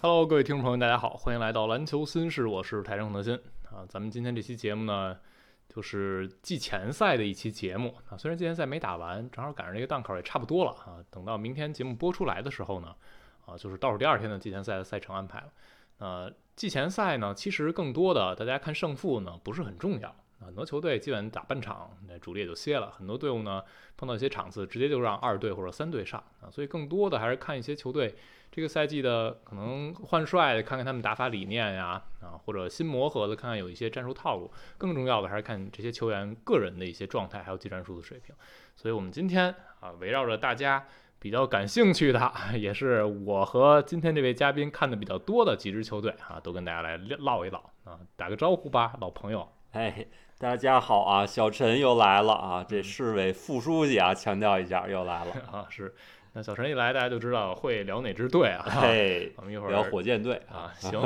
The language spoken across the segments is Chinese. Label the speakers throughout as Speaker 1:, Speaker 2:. Speaker 1: Hello，各位听众朋友，大家好，欢迎来到篮球新事，我是台上德新啊。咱们今天这期节目呢，就是季前赛的一期节目啊。虽然季前赛没打完，正好赶上这个档口也差不多了啊。等到明天节目播出来的时候呢，啊，就是倒数第二天的季前赛的赛程安排了。呃，季前赛呢，其实更多的大家看胜负呢不是很重要啊。很多球队基本打半场，那主力也就歇了。很多队伍呢碰到一些场次，直接就让二队或者三队上啊。所以更多的还是看一些球队这个赛季的可能换帅，看看他们打法理念呀啊，或者新磨合的，看看有一些战术套路。更重要的还是看这些球员个人的一些状态，还有技战术的水平。所以我们今天啊，围绕着大家。比较感兴趣的， 也是我和今天这位嘉宾看的比较多的几支球队啊，都跟大家来唠一唠啊，打个招呼吧，老朋友。
Speaker 2: 哎，大家好啊，小陈又来了啊，
Speaker 1: 嗯
Speaker 2: 这市委副书记啊，强调一下又 来了。
Speaker 1: 啊，是。那小陈一来，大家就知道会聊哪支队啊。
Speaker 2: 哎，
Speaker 1: 我们一会儿
Speaker 2: 聊火箭队
Speaker 1: 啊，行，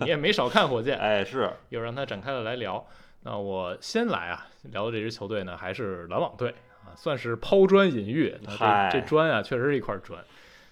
Speaker 1: 你也没少看火箭，
Speaker 2: 哎，是。
Speaker 1: 一会儿让他展开的来聊。那我先来啊，聊的这支球队呢，还是篮网队啊，算是抛砖引玉。这这砖啊，确实是一块砖。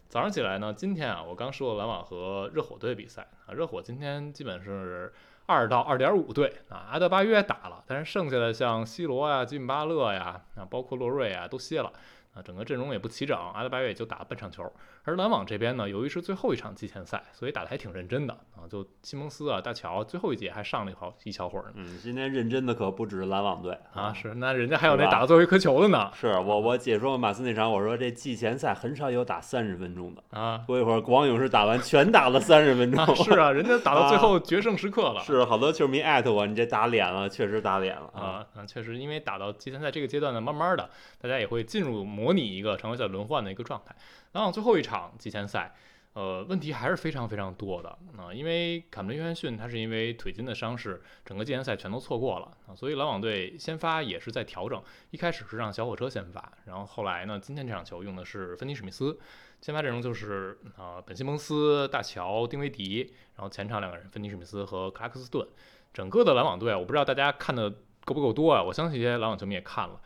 Speaker 1: 早上起来呢，今天啊，我刚说了篮网和热火队比赛啊，热火今天基本是二到二点五队啊，阿德巴约打了，但是剩下的像西罗呀、吉姆巴勒呀啊，包括洛瑞啊都歇了啊，整个阵容也不齐整，阿德巴约也就打了半场球。而篮网这边呢，由于是最后一场季前赛，所以打得还挺认真的啊，就西蒙斯啊、大乔最后一节还上了一好一小会儿呢。
Speaker 2: 嗯，今天认真的可不止篮网队
Speaker 1: 啊，是，那人家还有那打到最后一颗球的呢。
Speaker 2: 是我我解说马刺那场，我说这季前赛很少有打三十分钟的
Speaker 1: 啊，
Speaker 2: 过一会儿光勇士打完全打了三十分钟
Speaker 1: 啊。是啊，人家打到最后决胜时刻了。啊、
Speaker 2: 是，好多球迷艾特我，你这打脸了，确实打脸了
Speaker 1: 啊。啊，确实，因为打到季前赛这个阶段呢，慢慢的大家也会进入模拟一个常规赛轮换的一个状态。然后最后一场季前赛。呃，问题还是非常非常多的啊、呃，因为卡梅伦·约翰逊他是因为腿筋的伤势，整个季前赛全都错过了啊、呃，所以篮网队先发也是在调整，一开始是让小火车先发，然后后来呢，今天这场球用的是芬尼·史密斯，先发阵容就是啊、呃，本·西蒙斯、大乔、丁威迪，然后前场两个人芬尼·史密斯和克拉克斯顿，整个的篮网队，啊我不知道大家看的够不够多啊，我相信一些篮网球迷也看了，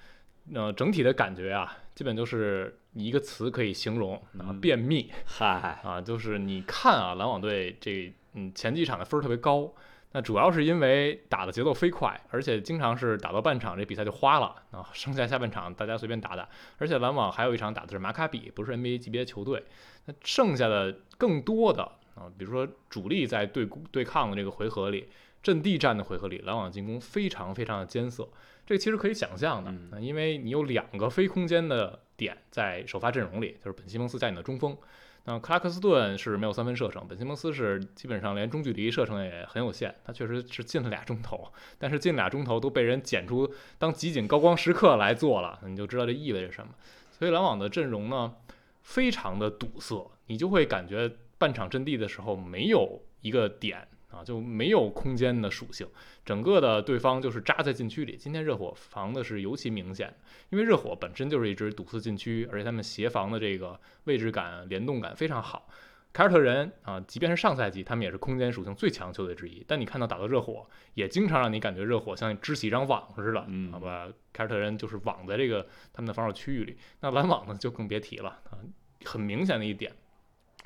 Speaker 1: 那整体的感觉啊，基本就是。一个词可以形容啊，便秘。
Speaker 2: 嗨、
Speaker 1: 嗯、啊，就是你看啊，篮网队这嗯前几场的分儿特别高，那主要是因为打的节奏飞快，而且经常是打到半场这比赛就花了啊，剩下下半场大家随便打打。而且篮网还有一场打的是马卡比，不是 NBA 级别球队。那剩下的更多的啊，比如说主力在对对抗的这个回合里，阵地战的回合里，篮网进攻非常非常的艰涩。这其实可以想象的，嗯、因为你有两个非空间的点在首发阵容里，就是本西蒙斯加你的中锋，那克拉克斯顿是没有三分射程，本西蒙斯是基本上连中距离射程也很有限，他确实是进了俩中投，但是进俩中投都被人捡出当集锦高光时刻来做了，你就知道这意味着什么。所以篮网的阵容呢，非常的堵塞，你就会感觉半场阵地的时候没有一个点。啊，就没有空间的属性，整个的对方就是扎在禁区里。今天热火防的是尤其明显，因为热火本身就是一支堵塞禁区，而且他们协防的这个位置感、联动感非常好。凯尔特人啊，即便是上赛季，他们也是空间属性最强球队之一。但你看到打到热火，也经常让你感觉热火像织起一张网似的，
Speaker 2: 嗯、
Speaker 1: 好吧？凯尔特人就是网在这个他们的防守区域里。那篮网呢，就更别提了啊。很明显的一点，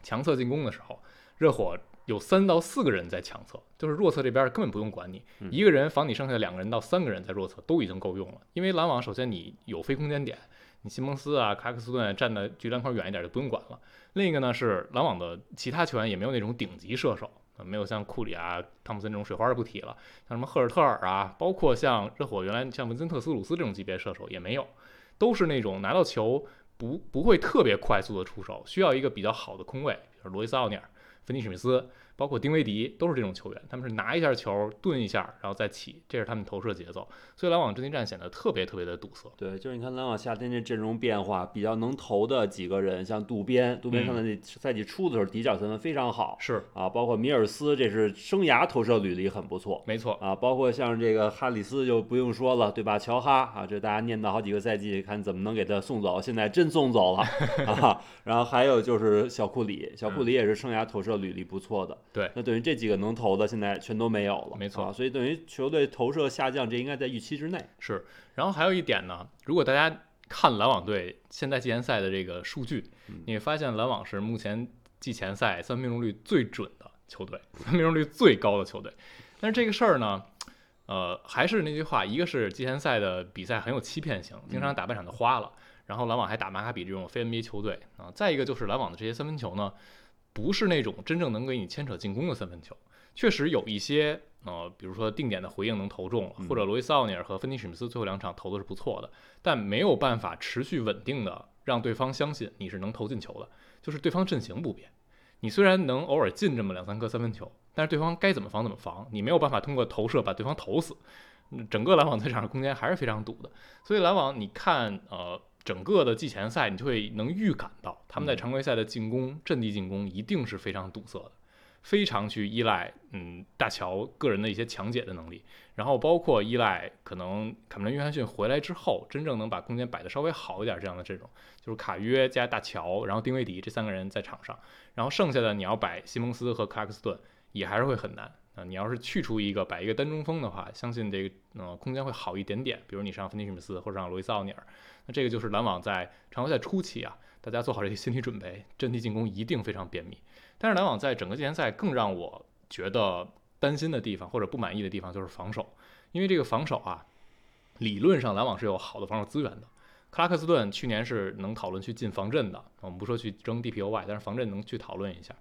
Speaker 1: 强侧进攻的时候，热火。有三到四个人在强侧，就是弱侧这边根本不用管你，一个人防你剩下的两个人到三个人在弱侧都已经够用了。因为篮网首先你有非空间点，你西蒙斯啊、卡克斯顿站的距篮筐远一点就不用管了。另一个呢是篮网的其他球员也没有那种顶级射手，没有像库里啊、汤普森这种水花不提了，像什么赫尔特尔啊，包括像热火原来像文森特斯鲁斯这种级别射手也没有，都是那种拿到球不不会特别快速的出手，需要一个比较好的空位，比如罗伊斯奥尼尔。芬尼史密斯，包括丁威迪，都是这种球员，他们是拿一下球，顿一下，然后再起，这是他们投射节奏。所以篮网阵地战显得特别特别的堵塞。
Speaker 2: 对，就是你看篮网夏天这阵容变化，比较能投的几个人，像渡边，渡
Speaker 1: 嗯
Speaker 2: 边上赛季赛季初的时候底角三分非常好，
Speaker 1: 是
Speaker 2: 啊，包括米尔斯，这是生涯投射履历很不错，
Speaker 1: 没错
Speaker 2: 啊，包括像这个哈里斯就不用说了，对吧？乔哈啊，这大家念叨好几个赛季，看怎么能给他送走，现在真送 走了啊。然后还有就是小库里，小库里也是生涯投射。履历不错的，
Speaker 1: 嗯对，
Speaker 2: 那等于这几个能投的现在全都没有了，
Speaker 1: 没错、
Speaker 2: 啊，所以等于球队投射下降，这应该在预期之内。
Speaker 1: 是，然后还有一点呢，如果大家看篮网队现在季前赛的这个数据，嗯、你会发现篮网是目前季前赛三分命中率最准的，球队， 命中率最高的球队。但是这个事儿呢，呃，还是那句话，一个是季前赛的比赛很有欺骗性，经常打半场就花了。然后篮网还打马卡比这种非 NBA 球队啊。再一个就是篮网的这些三分球呢，不是那种真正能给你牵扯进攻的三分球。确实有一些呃，比如说定点的回应能投中，或者罗伊斯奥尼尔和芬尼史密斯最后两场投的是不错的，但没有办法持续稳定的让对方相信你是能投进球的。就是对方阵型不变，你虽然能偶尔进这么两三颗三分球，但是对方该怎么防怎么防，你没有办法通过投射把对方投死。嗯整个篮网在场上空间还是非常堵的，所以篮网你看呃。整个的季前赛，你就会能预感到他们在常规赛的进攻、阵地进攻一定是非常堵塞的，非常去依赖嗯大乔个人的一些强解的能力，然后包括依赖可能卡梅伦约翰逊回来之后，真正能把空间摆得稍微好一点这样的阵容，就是卡约加大乔，然后丁威迪这三个人在场上，然后剩下的你要摆西蒙斯和克拉克斯顿也还是会很难。啊，你要是去除一个摆一个单中锋的话，相信这个呃空间会好一点点。比如你上芬尼史密斯或者上罗伊斯奥尼尔，那这个就是篮网在常规赛初期啊，大家做好这个心理准备，阵地进攻一定非常便秘。但是篮网在整个季前赛更让我觉得担心的地方或者不满意的地方就是防守，因为这个防守啊，理论上篮网是有好的防守资源的。克拉克斯顿去年是能讨论去进防阵的，我们不说去争 DPOY，但是防阵能去讨论一下。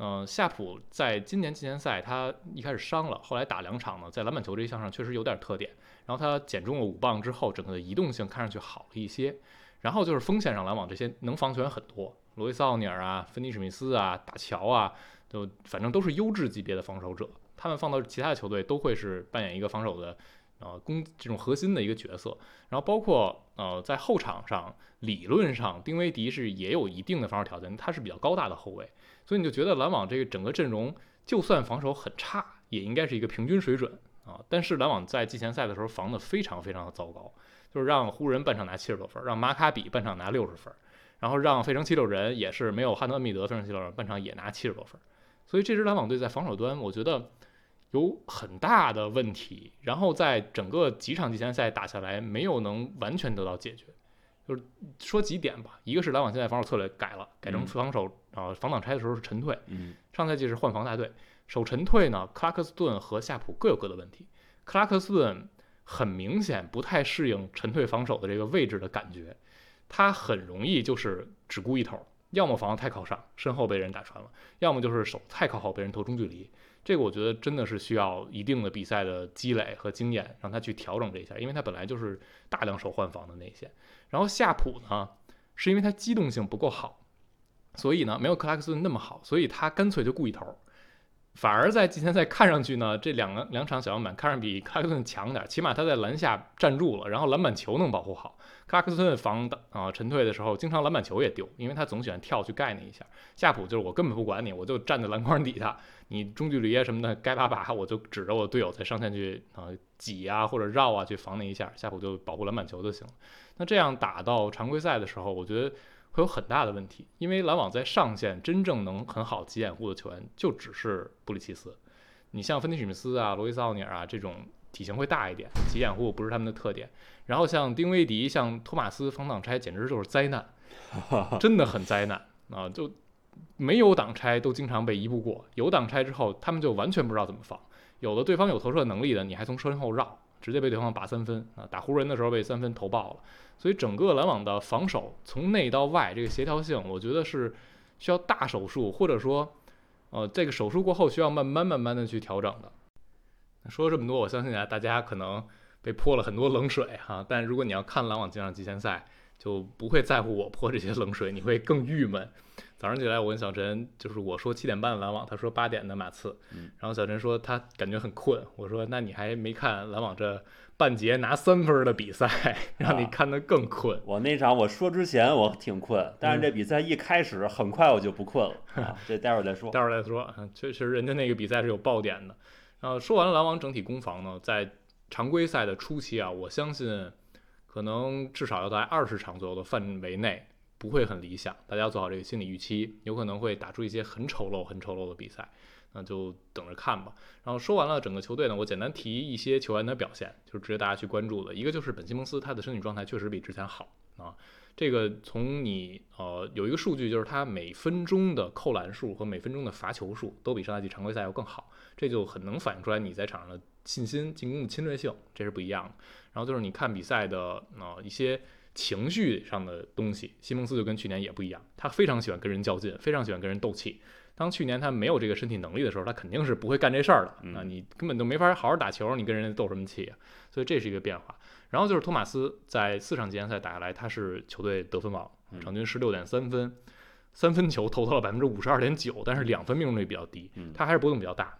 Speaker 1: 嗯、夏普在今年季前赛他一开始伤了，后来打两场呢，在篮板球这一项上确实有点特点。然后他减重了五磅之后，整个的移动性看上去好了一些。然后就是锋线上篮网这些能防球员很多，罗伊斯奥尼尔啊、芬尼史密斯啊、大乔啊，就反正都是优质级别的防守者。他们放到其他的球队都会是扮演一个防守的呃攻这种核心的一个角色。然后包括呃在后场上，理论上丁威迪是也有一定的防守条件，他是比较高大的后卫。所以你就觉得篮网这个整个阵容，就算防守很差，也应该是一个平均水准啊。但是篮网在季前赛的时候防得非常非常的糟糕，就是让湖人半场拿七十多分，让马卡比半场拿六十分，然后让费城七六人也是没有汉德密德，费城七六人半场也拿七十多分。所以这支篮网队在防守端，我觉得有很大的问题，然后在整个几场季前赛打下来，没有能完全得到解决。就是说几点吧，一个是篮网现在防守策略改了，改成
Speaker 2: 嗯
Speaker 1: 防守啊、呃防挡拆的时候是沉退，
Speaker 2: 嗯
Speaker 1: 上赛季是换防大队，守沉退呢，克拉克斯顿和夏普各有各的问题。克拉克斯顿很明显不太适应沉退防守的这个位置的感觉，他很容易就是只顾一头，要么防得太靠上，身后被人打穿了，要么就是手太靠后被人投中距离。这个我觉得真的是需要一定的比赛的积累和经验，让他去调整这一下，因为他本来就是大量手换防的内线。然后夏普呢，是因为他机动性不够好，所以呢，没有克拉克斯顿那么好，所以他干脆就顾一头儿，反而在季前赛看上去呢，这两个两场小样板看上比克拉克斯顿强点儿，起码他在篮下站住了，然后篮板球能保护好。克拉克斯顿防的啊、沉退的时候，经常篮板球也丢，因为他总喜欢跳去盖那一下。夏普就是我根本不管你，我就站在篮筐底下，你中距离啊什么的该拔拔，我就指着我队友在上线去啊、挤啊或者绕啊去防那一下，夏普就保护篮板球就行了。那这样打到常规赛的时候，我觉得会有很大的问题，因为篮网在上线真正能很好急掩护的球员就只是布里奇斯。你像芬尼史密斯啊、罗伊斯奥尼尔啊这种体型会大一点，急掩护不是他们的特点。然后像丁威迪、像托马斯防挡拆，简直就是灾难，真的很灾难啊！就没有挡拆都经常被一步过，有挡拆之后他们就完全不知道怎么防。有的对方有投射能力的，你还从身后绕，直接被对方拔三分啊！打湖人的时候被三分投爆了。所以整个篮网的防守从内到外这个协调性，我觉得是需要大手术，或者说，呃，这个手术过后需要慢慢慢慢的去调整的。那说了这么多，我相信啊，大家可能被泼了很多冷水哈、但如果你要看篮网这场季前赛，就不会在乎我泼这些冷水，你会更郁闷。早上起来，我跟小陈就是我说七点半的篮网，他说八点的马刺，
Speaker 2: 嗯
Speaker 1: 然后小陈说他感觉很困，我说那你还没看篮网这半节拿三分的比赛，让你
Speaker 2: 啊
Speaker 1: 看得更困。
Speaker 2: 我那场我说之前我挺困，但
Speaker 1: 嗯
Speaker 2: 是这比赛一开始很快我就不困了，啊、这待会儿再说。
Speaker 1: 待会儿再说。嗯确实，人家那个比赛是有爆点的。然后说完了篮网整体攻防呢，在常规赛的初期啊，我相信可能至少要在二十场左右的范围内，不会很理想。大家要做好这个心理预期，有可能会打出一些很丑陋、很丑陋的比赛。那就等着看吧。然后说完了整个球队呢，我简单提一些球员的表现，就是值得大家去关注的。一个就是本西蒙斯，他的身体状态确实比之前好啊，这个从你呃有一个数据，就是他每分钟的扣篮数和每分钟的罚球数都比上赛季常规赛要更好，这就很能反映出来你在场上的信心、进攻的侵略性，这是不一样的。然后就是你看比赛的呃一些情绪上的东西，西蒙斯就跟去年也不一样，他非常喜欢跟人较劲，非常喜欢跟人斗气。当去年他没有这个身体能力的时候，他肯定是不会干这事儿的。
Speaker 2: 嗯
Speaker 1: 那你根本就没法好好打球，你跟人家斗什么气啊？所以这是一个变化。然后就是托马斯在四场季前赛打下来，他是球队得分王，
Speaker 2: 嗯
Speaker 1: 场均十六点三分，三分球投到了百分之五十二点九，但是两分命中率比较低
Speaker 2: 嗯，
Speaker 1: 他还是波动比较大。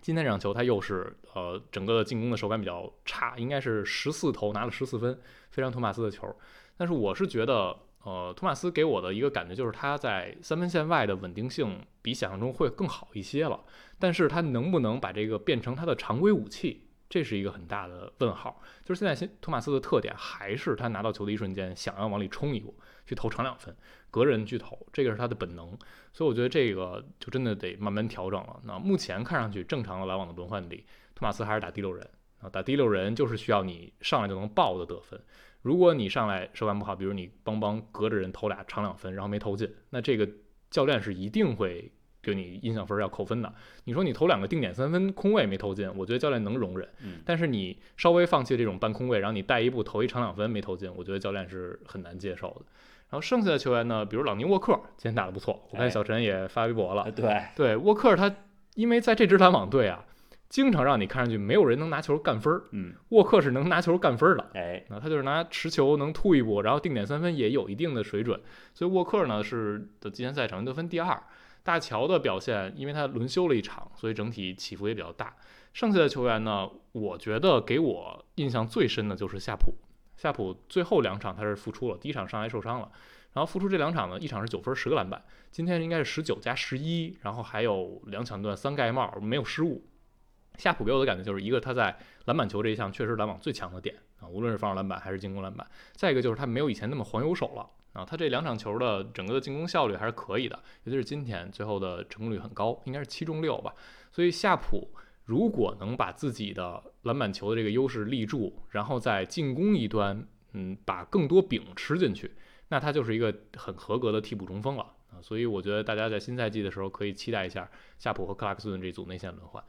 Speaker 1: 今天这场球他又是呃整个进攻的手感比较差，应该是十四投拿了十四分，非常托马斯的球。但是我是觉得，呃，托马斯给我的一个感觉就是他在三分线外的稳定性比想象中会更好一些了，但是他能不能把这个变成他的常规武器，这是一个很大的问号。就是现在新托马斯的特点还是他拿到球的一瞬间想要往里冲一步，去投长两分，隔人去投，这个是他的本能。所以我觉得这个就真的得慢慢调整了。那目前看上去正常的篮网的轮换里，托马斯还是打第六人啊，打第六人就是需要你上来就能爆的得分。如果你上来手感不好，比如你邦邦隔着人投俩长两分，然后没投进，那这个教练是一定会对你印象分儿要扣分的。你说你投两个定点三分空位没投进，我觉得教练能容忍。
Speaker 2: 嗯
Speaker 1: 但是你稍微放弃这种半空位，然后你带一步投一长两分没投进，我觉得教练是很难接受的。然后剩下的球员呢，比如朗尼沃克今天打得不错，我
Speaker 2: 哎
Speaker 1: 看小陈也发微博了，
Speaker 2: 啊，对，
Speaker 1: 哎对，沃克尔他因为在这支篮网队啊，经常让你看上去没有人能拿球干分儿，
Speaker 2: 嗯，
Speaker 1: 沃克是能拿球干分儿的。
Speaker 2: 哎，
Speaker 1: 那他就是拿持球能突一步，然后定点三分也有一定的水准，所以沃克尔呢是的季前赛场均得分第二。大乔的表现，因为他轮休了一场，所以整体起伏也比较大。剩下的球员呢，我觉得给我印象最深的就是夏普。夏普最后两场他是复出了，第一场上来受伤了，然后复出这两场呢，一场是九分十个篮板，今天应该是十九加十一，然后还有两抢断三盖帽没有失误。夏普给我的感觉就是一个他在篮板球这一项确实是篮网最强的点啊，无论是防守篮板还是进攻篮板。再一个就是他没有以前那么黄油手了啊，他这两场球的整个的进攻效率还是可以的，尤其是今天最后的成功率很高，应该是七中六吧。所以夏普如果能把自己的篮板球的这个优势立住，然后在进攻一端，嗯，把更多饼吃进去，那他就是一个很合格的替补中锋了啊。所以我觉得大家在新赛季的时候可以期待一下夏普和克拉克顿这组内线轮换。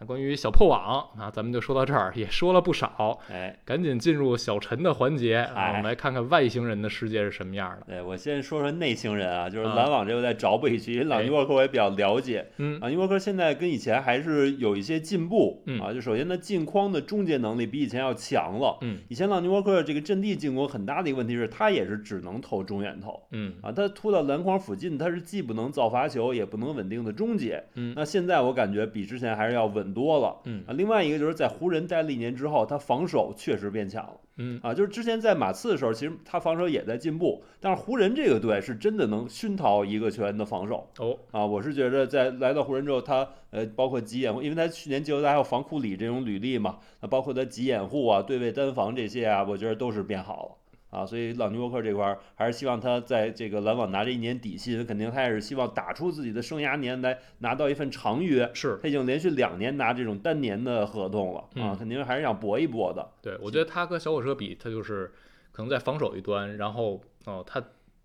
Speaker 1: 那关于小破网，那咱们就说到这儿，也说了不少，
Speaker 2: 哎，
Speaker 1: 赶紧进入小陈的环节，啊，
Speaker 2: 哎
Speaker 1: 我们来看看外星人的世界是什么样的。
Speaker 2: 对我先说说内星人啊，就是
Speaker 1: 啊哎
Speaker 2: 篮网这个再找补一句，因为朗尼沃克我也比较了解，
Speaker 1: 嗯
Speaker 2: 朗尼沃克现在跟以前还是有一些进步
Speaker 1: 嗯
Speaker 2: 啊，就首先他进框的终结能力比以前要强了。
Speaker 1: 嗯
Speaker 2: 以前朗尼沃克这个阵地进攻很大的一个问题是，他也是只能投中远投，
Speaker 1: 嗯
Speaker 2: 啊，他突到篮筐附近，他是既不能造罚球，也不能稳定的终结。
Speaker 1: 嗯
Speaker 2: 那现在我感觉比之前还是要稳多了。
Speaker 1: 嗯
Speaker 2: 啊，另外一个就是在湖人待了一年之后，他防守确实变强了
Speaker 1: 嗯
Speaker 2: 啊。就是之前在马刺的时候，其实他防守也在进步，但是湖人这个队是真的能熏陶一个球员的防守
Speaker 1: 哦
Speaker 2: 啊。我是觉得在来到湖人之后，他呃，包括急掩护，因为他去年季后赛还有防库里这种履历嘛，那包括他急掩护啊、对位单防这些啊，我觉得都是变好了。啊，所以朗尼沃克这块儿还是希望他在这个篮网拿这一年底薪，肯定他也是希望打出自己的生涯年来拿到一份长约。
Speaker 1: 是。
Speaker 2: 他已经连续两年拿这种单年的合同了啊
Speaker 1: 嗯，
Speaker 2: 肯定还是想搏一搏的。
Speaker 1: 对，我觉得他和小火车比，他就是可能在防守一端，然后哦，他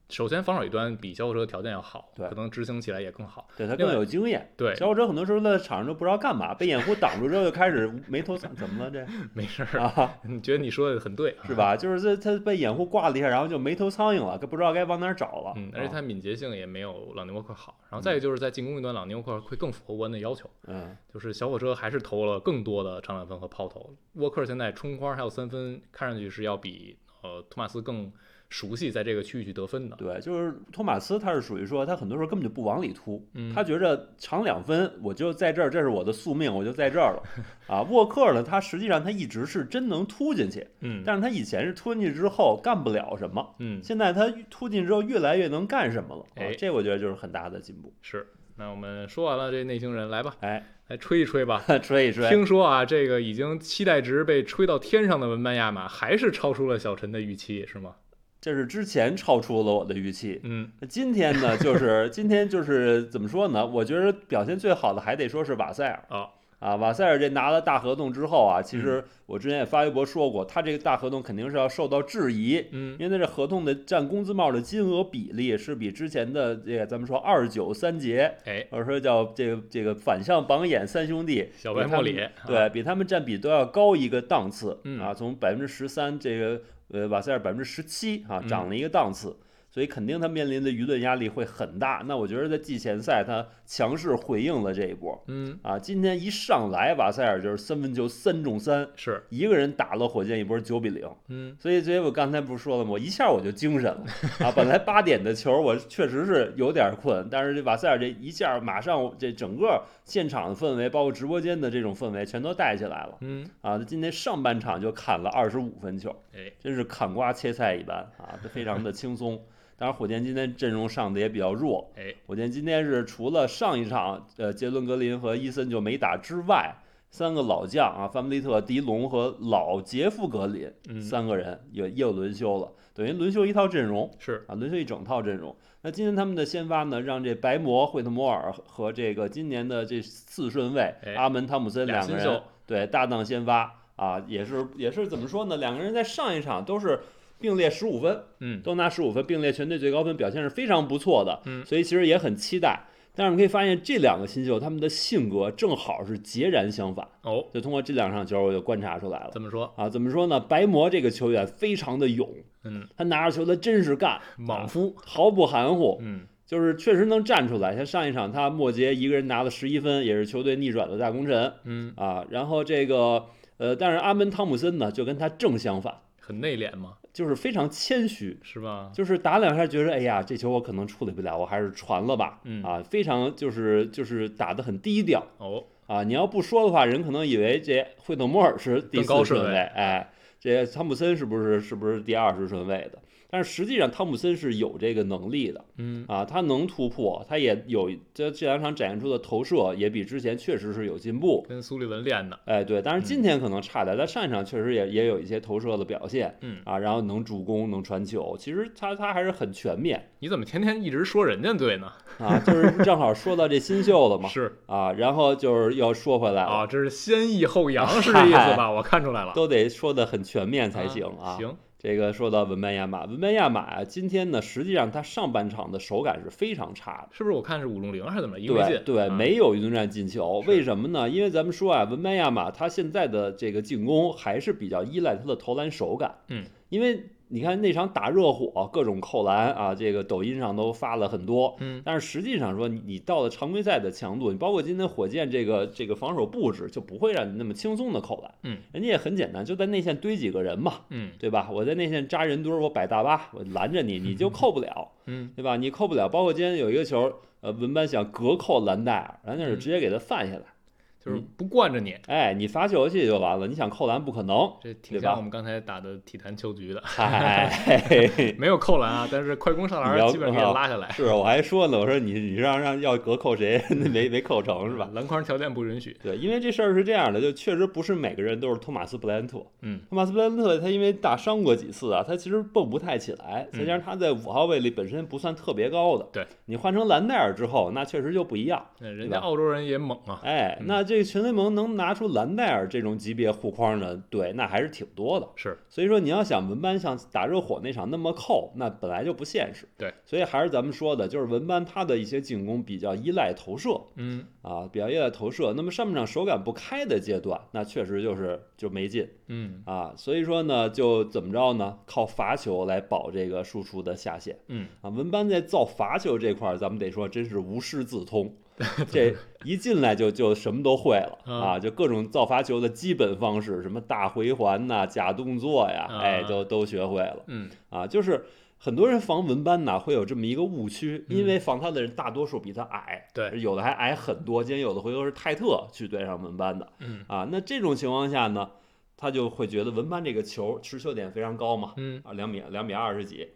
Speaker 1: 首先防守一端比小火车条件要好，
Speaker 2: 对
Speaker 1: 可能执行起来也更好。
Speaker 2: 对他
Speaker 1: 另
Speaker 2: 更
Speaker 1: 外
Speaker 2: 有经验。
Speaker 1: 对，
Speaker 2: 小火车很多时候在场上都不知道干 嘛，被掩护挡住之后就开始眉头怎怎么了 这
Speaker 1: 没事儿，
Speaker 2: 啊，
Speaker 1: 你觉得你说的很对，啊
Speaker 2: 是？吧？ 就是他他被掩护挂了一下，然后就眉头苍蝇了，不知道该往哪儿找了。
Speaker 1: 嗯，而且
Speaker 2: 啊
Speaker 1: 他敏捷性也没有朗尼沃克好，然后再一个就是在进攻一端，朗尼沃克会更符合沃恩的要求，
Speaker 2: 嗯
Speaker 1: 就是小火车还是投了更多的长两分和抛投，沃克现在冲框还有三分，看上去是要比呃托马斯更熟悉在这个区域去得分的。
Speaker 2: 对，就是托马斯，他是属于说他很多时候根本就不往里突，
Speaker 1: 嗯
Speaker 2: 他觉着长两分我就在这儿，这是我的宿命，我就在这儿了。 啊，沃克呢，他实际上他一直是真能突进去，
Speaker 1: 嗯
Speaker 2: 但是他以前是突进去之后干不了什么，
Speaker 1: 嗯，
Speaker 2: 现在他突进去之后越来越能干什么了。啊
Speaker 1: 哎，
Speaker 2: 这我觉得就是很大的进步。
Speaker 1: 是。那我们说完了这内星人，来吧，
Speaker 2: 哎，
Speaker 1: 来吹一吹吧。
Speaker 2: 吹一吹，
Speaker 1: 听说啊，这个已经期待值被吹到天上的文班亚马，还是超出了小陈的预期，是吗？
Speaker 2: 这是之前超出了我的预期。
Speaker 1: 嗯
Speaker 2: 那今天 呢，就是今天就是怎么说呢？我觉得表现最好的还得说是瓦塞尔
Speaker 1: 哦
Speaker 2: 啊，瓦塞尔这拿了大合同之后啊，其
Speaker 1: 嗯
Speaker 2: 实我之前也发微博说过，他这个大合同肯定是要受到质疑，
Speaker 1: 嗯，
Speaker 2: 因为他这合同的占工资帽的金额比例是比之前的这个咱们说二九三节，
Speaker 1: 哎，
Speaker 2: 或者说叫这个这个反向榜眼三兄弟，
Speaker 1: 小白莫里，啊，
Speaker 2: 对比他们占比都要高一个档次、
Speaker 1: 嗯
Speaker 2: 啊，从百分之十三这个呃瓦塞尔百分之十七啊
Speaker 1: 嗯
Speaker 2: 涨了一个档次。所以肯定他面临的舆论压力会很大。那我觉得在季前赛他强势回应了这一波
Speaker 1: 嗯，
Speaker 2: 啊。今天一上来，瓦塞尔就是三分球三中三，
Speaker 1: 是，
Speaker 2: 一个人打了火箭一波九比零。
Speaker 1: 嗯，
Speaker 2: 所以，所以我刚才不是说了吗？我一下我就精神了啊！本来八点的球我确实是有点困，但是这瓦塞尔这一下马上这整个现场的氛围，包括直播间的这种氛围全都带起来了
Speaker 1: 嗯，
Speaker 2: 啊！今天上半场就砍了二十五分球，
Speaker 1: 哎，
Speaker 2: 真是砍瓜切菜一般啊，非常的轻松。当然，火箭今天阵容上的也比较弱，
Speaker 1: 哎，
Speaker 2: 火箭今天是除了上一场呃杰伦格林和伊森就没打之外，三个老将啊，范布利特、迪龙和老杰夫格林。
Speaker 1: 嗯，
Speaker 2: 三个人也又轮休了，等于轮休一套阵容
Speaker 1: 是，
Speaker 2: 啊，轮休一整套阵容。那今天他们的先发呢，让这白魔惠特摩尔和这个今年的这四顺位、
Speaker 1: 哎
Speaker 2: 阿门汤普森
Speaker 1: 俩
Speaker 2: 两个
Speaker 1: 新
Speaker 2: 人
Speaker 1: 秀
Speaker 2: 对搭档先发啊，也是也是怎么说呢？两个人在上一场都是并列十五分，
Speaker 1: 嗯，
Speaker 2: 都拿十五分，并列全队最高分，表现是非常不错的。
Speaker 1: 嗯
Speaker 2: 所以其实也很期待。但是我们可以发现，这两个新秀他们的性格正好是截然相反。
Speaker 1: 哦，
Speaker 2: 就通过这两场球，我就观察出来了。
Speaker 1: 怎么说？
Speaker 2: 啊，怎么说呢？白魔这个球员非常的勇，
Speaker 1: 嗯，
Speaker 2: 他拿着球他真是干，啊
Speaker 1: 莽夫，
Speaker 2: 毫不含糊，
Speaker 1: 嗯，
Speaker 2: 就是确实能站出来。像上一场他末节一个人拿了十一分，也是球队逆转的大功臣
Speaker 1: 嗯，
Speaker 2: 啊。然后这个呃，但是阿门汤姆森呢，就跟他正相反，
Speaker 1: 很内敛嘛，
Speaker 2: 就是非常谦虚，
Speaker 1: 是吧？
Speaker 2: 就是打两下觉得哎呀，这球我可能处理不了，我还是传了吧。
Speaker 1: 嗯，
Speaker 2: 啊，非常就是就是打得很低调，
Speaker 1: 哦，
Speaker 2: 啊，你要不说的话，人可能以为这惠特莫尔是第
Speaker 1: 更
Speaker 2: 四
Speaker 1: 高顺
Speaker 2: 顺
Speaker 1: 位
Speaker 2: 位，哎，这汤普森是不是是不是第二十顺位的？但是实际上，汤普森是有这个能力的
Speaker 1: 嗯，
Speaker 2: 啊，他能突破，他也有这这两场展现出的投射也比之前确实是有进步，
Speaker 1: 跟苏利文练的，
Speaker 2: 哎，对，但是
Speaker 1: 嗯
Speaker 2: 今天可能差点，但上一场确实也也有一些投射的表现
Speaker 1: 嗯，
Speaker 2: 啊，然后能助攻，能传球，其实他他还是很全面
Speaker 1: 你怎么天天一直说人家对呢？
Speaker 2: 啊，就是 正好说到这新秀了嘛
Speaker 1: 是
Speaker 2: 啊，然后就是要说回来了
Speaker 1: 啊，这是先抑后扬是这意思吧？我看出来了，
Speaker 2: 都得说的很全面才行啊。
Speaker 1: 啊，行，
Speaker 2: 这个说到文班亚马，文班亚马啊，今天呢，实际上他上半场的手感是非常差的。
Speaker 1: 是不是我看是五中零还是怎么着？一个没
Speaker 2: 对
Speaker 1: 进，
Speaker 2: 对，
Speaker 1: 啊，
Speaker 2: 没有运动战进球，
Speaker 1: 是
Speaker 2: 为什么呢？因为咱们说啊，文班亚马他现在的这个进攻还是比较依赖他的投篮手感。
Speaker 1: 嗯，
Speaker 2: 因为你看那场打热火，各种扣篮啊，这个抖音上都发了很多。
Speaker 1: 嗯，
Speaker 2: 但是实际上说，你你到了常规赛的强度，你包括今天火箭这个这个防守布置，就不会让你那么轻松的扣篮。
Speaker 1: 嗯，
Speaker 2: 人家也很简单，就在内线堆几个人嘛。
Speaker 1: 嗯，
Speaker 2: 对吧？我在内线扎人堆儿，我摆大巴，我拦着你，你就扣不了，
Speaker 1: 嗯，
Speaker 2: 对吧？你扣不了。包括今天有一个球，呃，文班想隔扣兰戴尔，兰戴尔直接给他犯下来。
Speaker 1: 就是不惯着你，。
Speaker 2: 哎，你罚球去就完了，你想扣篮不可能
Speaker 1: 这挺
Speaker 2: 对吧
Speaker 1: 像我们刚才打的体坛秋局的，
Speaker 2: 嗨、嘿嘿
Speaker 1: 没有扣篮啊，但是快攻上
Speaker 2: 你要啊
Speaker 1: 篮基本上给你拉下来，
Speaker 2: 是我还说呢，我说你你让让要隔扣谁， 那没没扣成是吧？
Speaker 1: 篮筐条件不允许，
Speaker 2: 对，因为这事儿是这样的，就确实不是每个人都是托马斯布莱恩特。
Speaker 1: 嗯，
Speaker 2: 托马斯布莱恩特他因为大伤过几次啊，他其实蹦不太起来，
Speaker 1: 嗯
Speaker 2: 再加上他在五号位里本身不算特别高的。
Speaker 1: 对，
Speaker 2: 你换成兰戴尔之后，那确实就不一样。
Speaker 1: 那人
Speaker 2: 对
Speaker 1: 家
Speaker 2: 吧
Speaker 1: 澳洲人也猛啊，
Speaker 2: 哎，
Speaker 1: 嗯
Speaker 2: 那这个全联盟能拿出兰戴尔这种级别护框的，对，那还是挺多的。
Speaker 1: 是，
Speaker 2: 所以说你要想文班像打热火那场那么扣，那本来就不现实。
Speaker 1: 对，
Speaker 2: 所以还是咱们说的，就是文班他的一些进攻比较依赖投射。
Speaker 1: 嗯
Speaker 2: 啊，比较依赖投射。那么上半场手感不开的阶段，那确实就是就没进
Speaker 1: 嗯
Speaker 2: 啊。所以说呢，就怎么着呢？靠罚球来保这个输出的下限
Speaker 1: 嗯，
Speaker 2: 啊。文班在造罚球这块儿，咱们得说真是无师自通，这一进来就就什么都会了啊，就各种造罚球的基本方式，什么大回环呐、假动作呀，哎，
Speaker 1: 啊
Speaker 2: 都都学会了
Speaker 1: 嗯，
Speaker 2: 啊。就是很多人防文班呐，会有这么一个误区，因为防他的人大多数比他矮。
Speaker 1: 对，
Speaker 2: 有的还矮很多。今天有的回合是泰特去对上文班的
Speaker 1: 嗯
Speaker 2: 啊，那这种情况下呢，他就会觉得文班这个球持球点非常高嘛，
Speaker 1: 嗯
Speaker 2: 啊，两米两米二十几，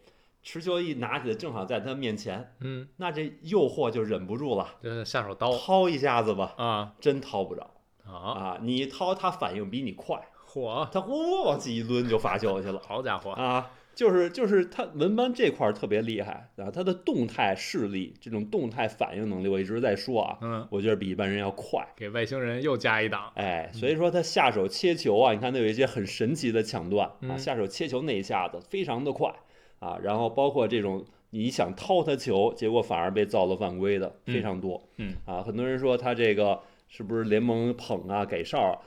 Speaker 2: 持球一拿起来正好在他面前，
Speaker 1: 嗯，
Speaker 2: 那这诱惑就忍不住了，
Speaker 1: 这下手刀
Speaker 2: 掏一下子吧，
Speaker 1: 啊
Speaker 2: 真掏不着
Speaker 1: 啊，
Speaker 2: 啊！你一掏，他反应比你快，
Speaker 1: 嚯，
Speaker 2: 他呼往起一抡就罚球去了
Speaker 1: 好家伙，
Speaker 2: 啊！就是就是他文班这块儿特别厉害，然后他的动态视力这种动态反应能力，我一直在说啊，
Speaker 1: 嗯，
Speaker 2: 我觉得比一般人要快。
Speaker 1: 给外星人又加一档，
Speaker 2: 哎，所以说他下手切球啊，你看他有一些很神奇的抢断啊，
Speaker 1: 嗯
Speaker 2: 下手切球那一下子非常的快啊，然后包括这种你想掏他球，结果反而被造了犯规的非常多，
Speaker 1: 嗯
Speaker 2: 啊，很多人说他这个是不是联盟捧啊给哨啊？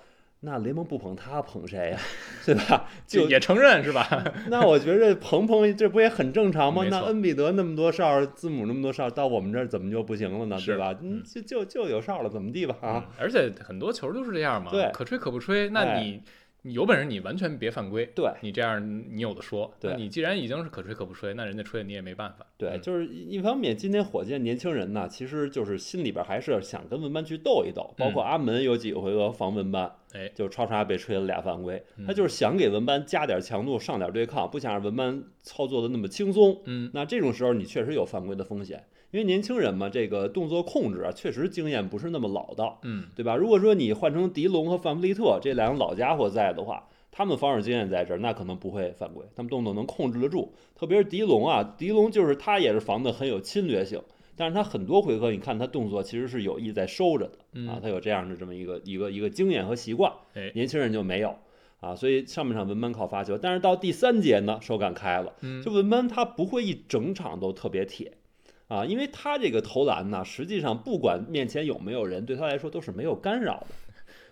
Speaker 2: 那联盟不捧他捧谁呀、啊 对吧？就
Speaker 1: 就也承认是吧？
Speaker 2: 那我觉着捧捧这不也很正常吗？
Speaker 1: 没
Speaker 2: 那
Speaker 1: 错
Speaker 2: 恩比德那么多哨，字母那么多哨，到我们这儿怎么就不行了呢？
Speaker 1: 是
Speaker 2: 对吧？
Speaker 1: 嗯
Speaker 2: 嗯就就就有哨了，怎么地吧？啊，
Speaker 1: 嗯， 而且很多球都是这样嘛，
Speaker 2: 对
Speaker 1: 可吹可不吹。那
Speaker 2: 哎
Speaker 1: 你你有本事你完全别犯规，
Speaker 2: 对。
Speaker 1: 你这样你有的说。
Speaker 2: 对
Speaker 1: 那你既然已经是可吹可不吹，那人家吹你也没办法。
Speaker 2: 对，
Speaker 1: 嗯
Speaker 2: 就是一一方面，今天火箭年轻人呢，其实就是心里边还是想跟文班去斗一斗，包括阿门有几回合防文班，
Speaker 1: 嗯哎嗯
Speaker 2: 就超叉被吹了俩犯规，他就是想给文班加点强度，上点对抗，不想让文班操作的那么轻松。
Speaker 1: 嗯，
Speaker 2: 那这种时候你确实有犯规的风险，因为年轻人嘛，这个动作控制啊，确实经验不是那么老道，
Speaker 1: 嗯，
Speaker 2: 对吧？如果说你换成迪龙和范弗利特这两个老家伙在的话，他们防守经验在这儿，那可能不会犯规，他们动不动能控制得住。特别是迪龙啊，迪龙就是他也是防的很有侵略性，但是他很多回合你看他动作其实是有意在收着的啊
Speaker 1: 嗯，
Speaker 2: 他有这样的这么一个一个一个经验和习惯
Speaker 1: 哎，
Speaker 2: 年轻人就没有。啊，所以上半场文班靠发球，但是到第三节呢，手感开了。
Speaker 1: 嗯
Speaker 2: 就文班他不会一整场都特别铁，啊，因为他这个投篮呢，实际上不管面前有没有人，对他来说都是没有干扰的。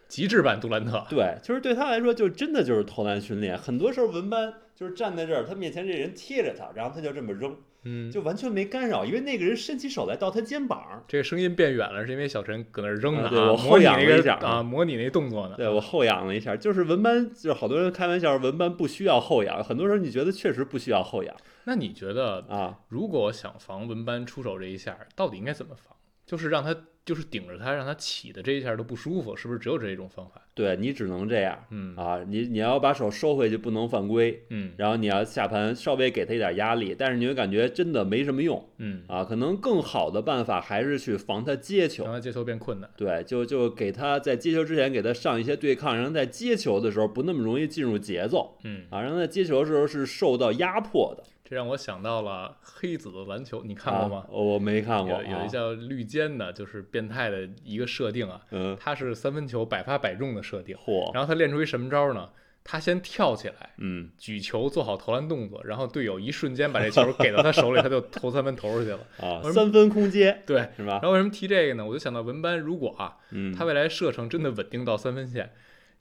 Speaker 1: 极致版杜兰特。
Speaker 2: 对，就是对他来说，就真的就是投篮训练。很多时候文班就是站在这儿，他面前这人贴着他，然后他就这么扔，
Speaker 1: 嗯，
Speaker 2: 就完全没干扰，因为那个人伸起手来到他肩膀。
Speaker 1: 这个声音变远了，是因为小陈搁那儿扔
Speaker 2: 啊
Speaker 1: 呢、
Speaker 2: 对我
Speaker 1: 模
Speaker 2: 后
Speaker 1: 拟
Speaker 2: 仰
Speaker 1: 那
Speaker 2: 了一
Speaker 1: 个
Speaker 2: 下
Speaker 1: 啊，模拟那动作呢。
Speaker 2: 对我后仰了一下，就是文班，就是好多人开玩笑，文班不需要后仰。很多时候你觉得确实不需要后仰
Speaker 1: 那你觉得，
Speaker 2: 啊，
Speaker 1: 如果想防文班出手这一下，到底应该怎么防？就是让他就是顶着他，让他起的这一下都不舒服，是不是只有这一种方法？
Speaker 2: 对你只能这样
Speaker 1: 嗯
Speaker 2: 啊，你你要把手收回去，不能犯规。
Speaker 1: 嗯
Speaker 2: 然后你要下盘稍微给他一点压力，但是你会感觉真的没什么用
Speaker 1: 嗯，
Speaker 2: 啊。可能更好的办法还是去防他接
Speaker 1: 让
Speaker 2: 球，
Speaker 1: 他接球变困难。
Speaker 2: 对，就就给他在接球之前给他上一些对抗，让他在接球的时候不那么容易进入节奏
Speaker 1: 嗯，
Speaker 2: 啊，让他在接球的时候是受到压迫的。
Speaker 1: 这让我想到了黑子的篮球，你看过吗
Speaker 2: 啊？我没看过，
Speaker 1: 有有一
Speaker 2: 啊、
Speaker 1: 叫绿箭的，就是变态的一个设定啊，
Speaker 2: 嗯，哦
Speaker 1: 它是三分球百发百中的设定。
Speaker 2: 嚯，
Speaker 1: 然后他练出一什么招呢？他先跳起来，
Speaker 2: 嗯，
Speaker 1: 举球做好投篮动作，然后队友一瞬间把这球给到他手里，他就投三分投出去了。
Speaker 2: 啊，
Speaker 1: 我说
Speaker 2: 三分空接
Speaker 1: 对，
Speaker 2: 是吧
Speaker 1: 然？后为什么提这个呢？我就想到文班，如果啊，
Speaker 2: 嗯，
Speaker 1: 他未来射程真的稳定到三分线，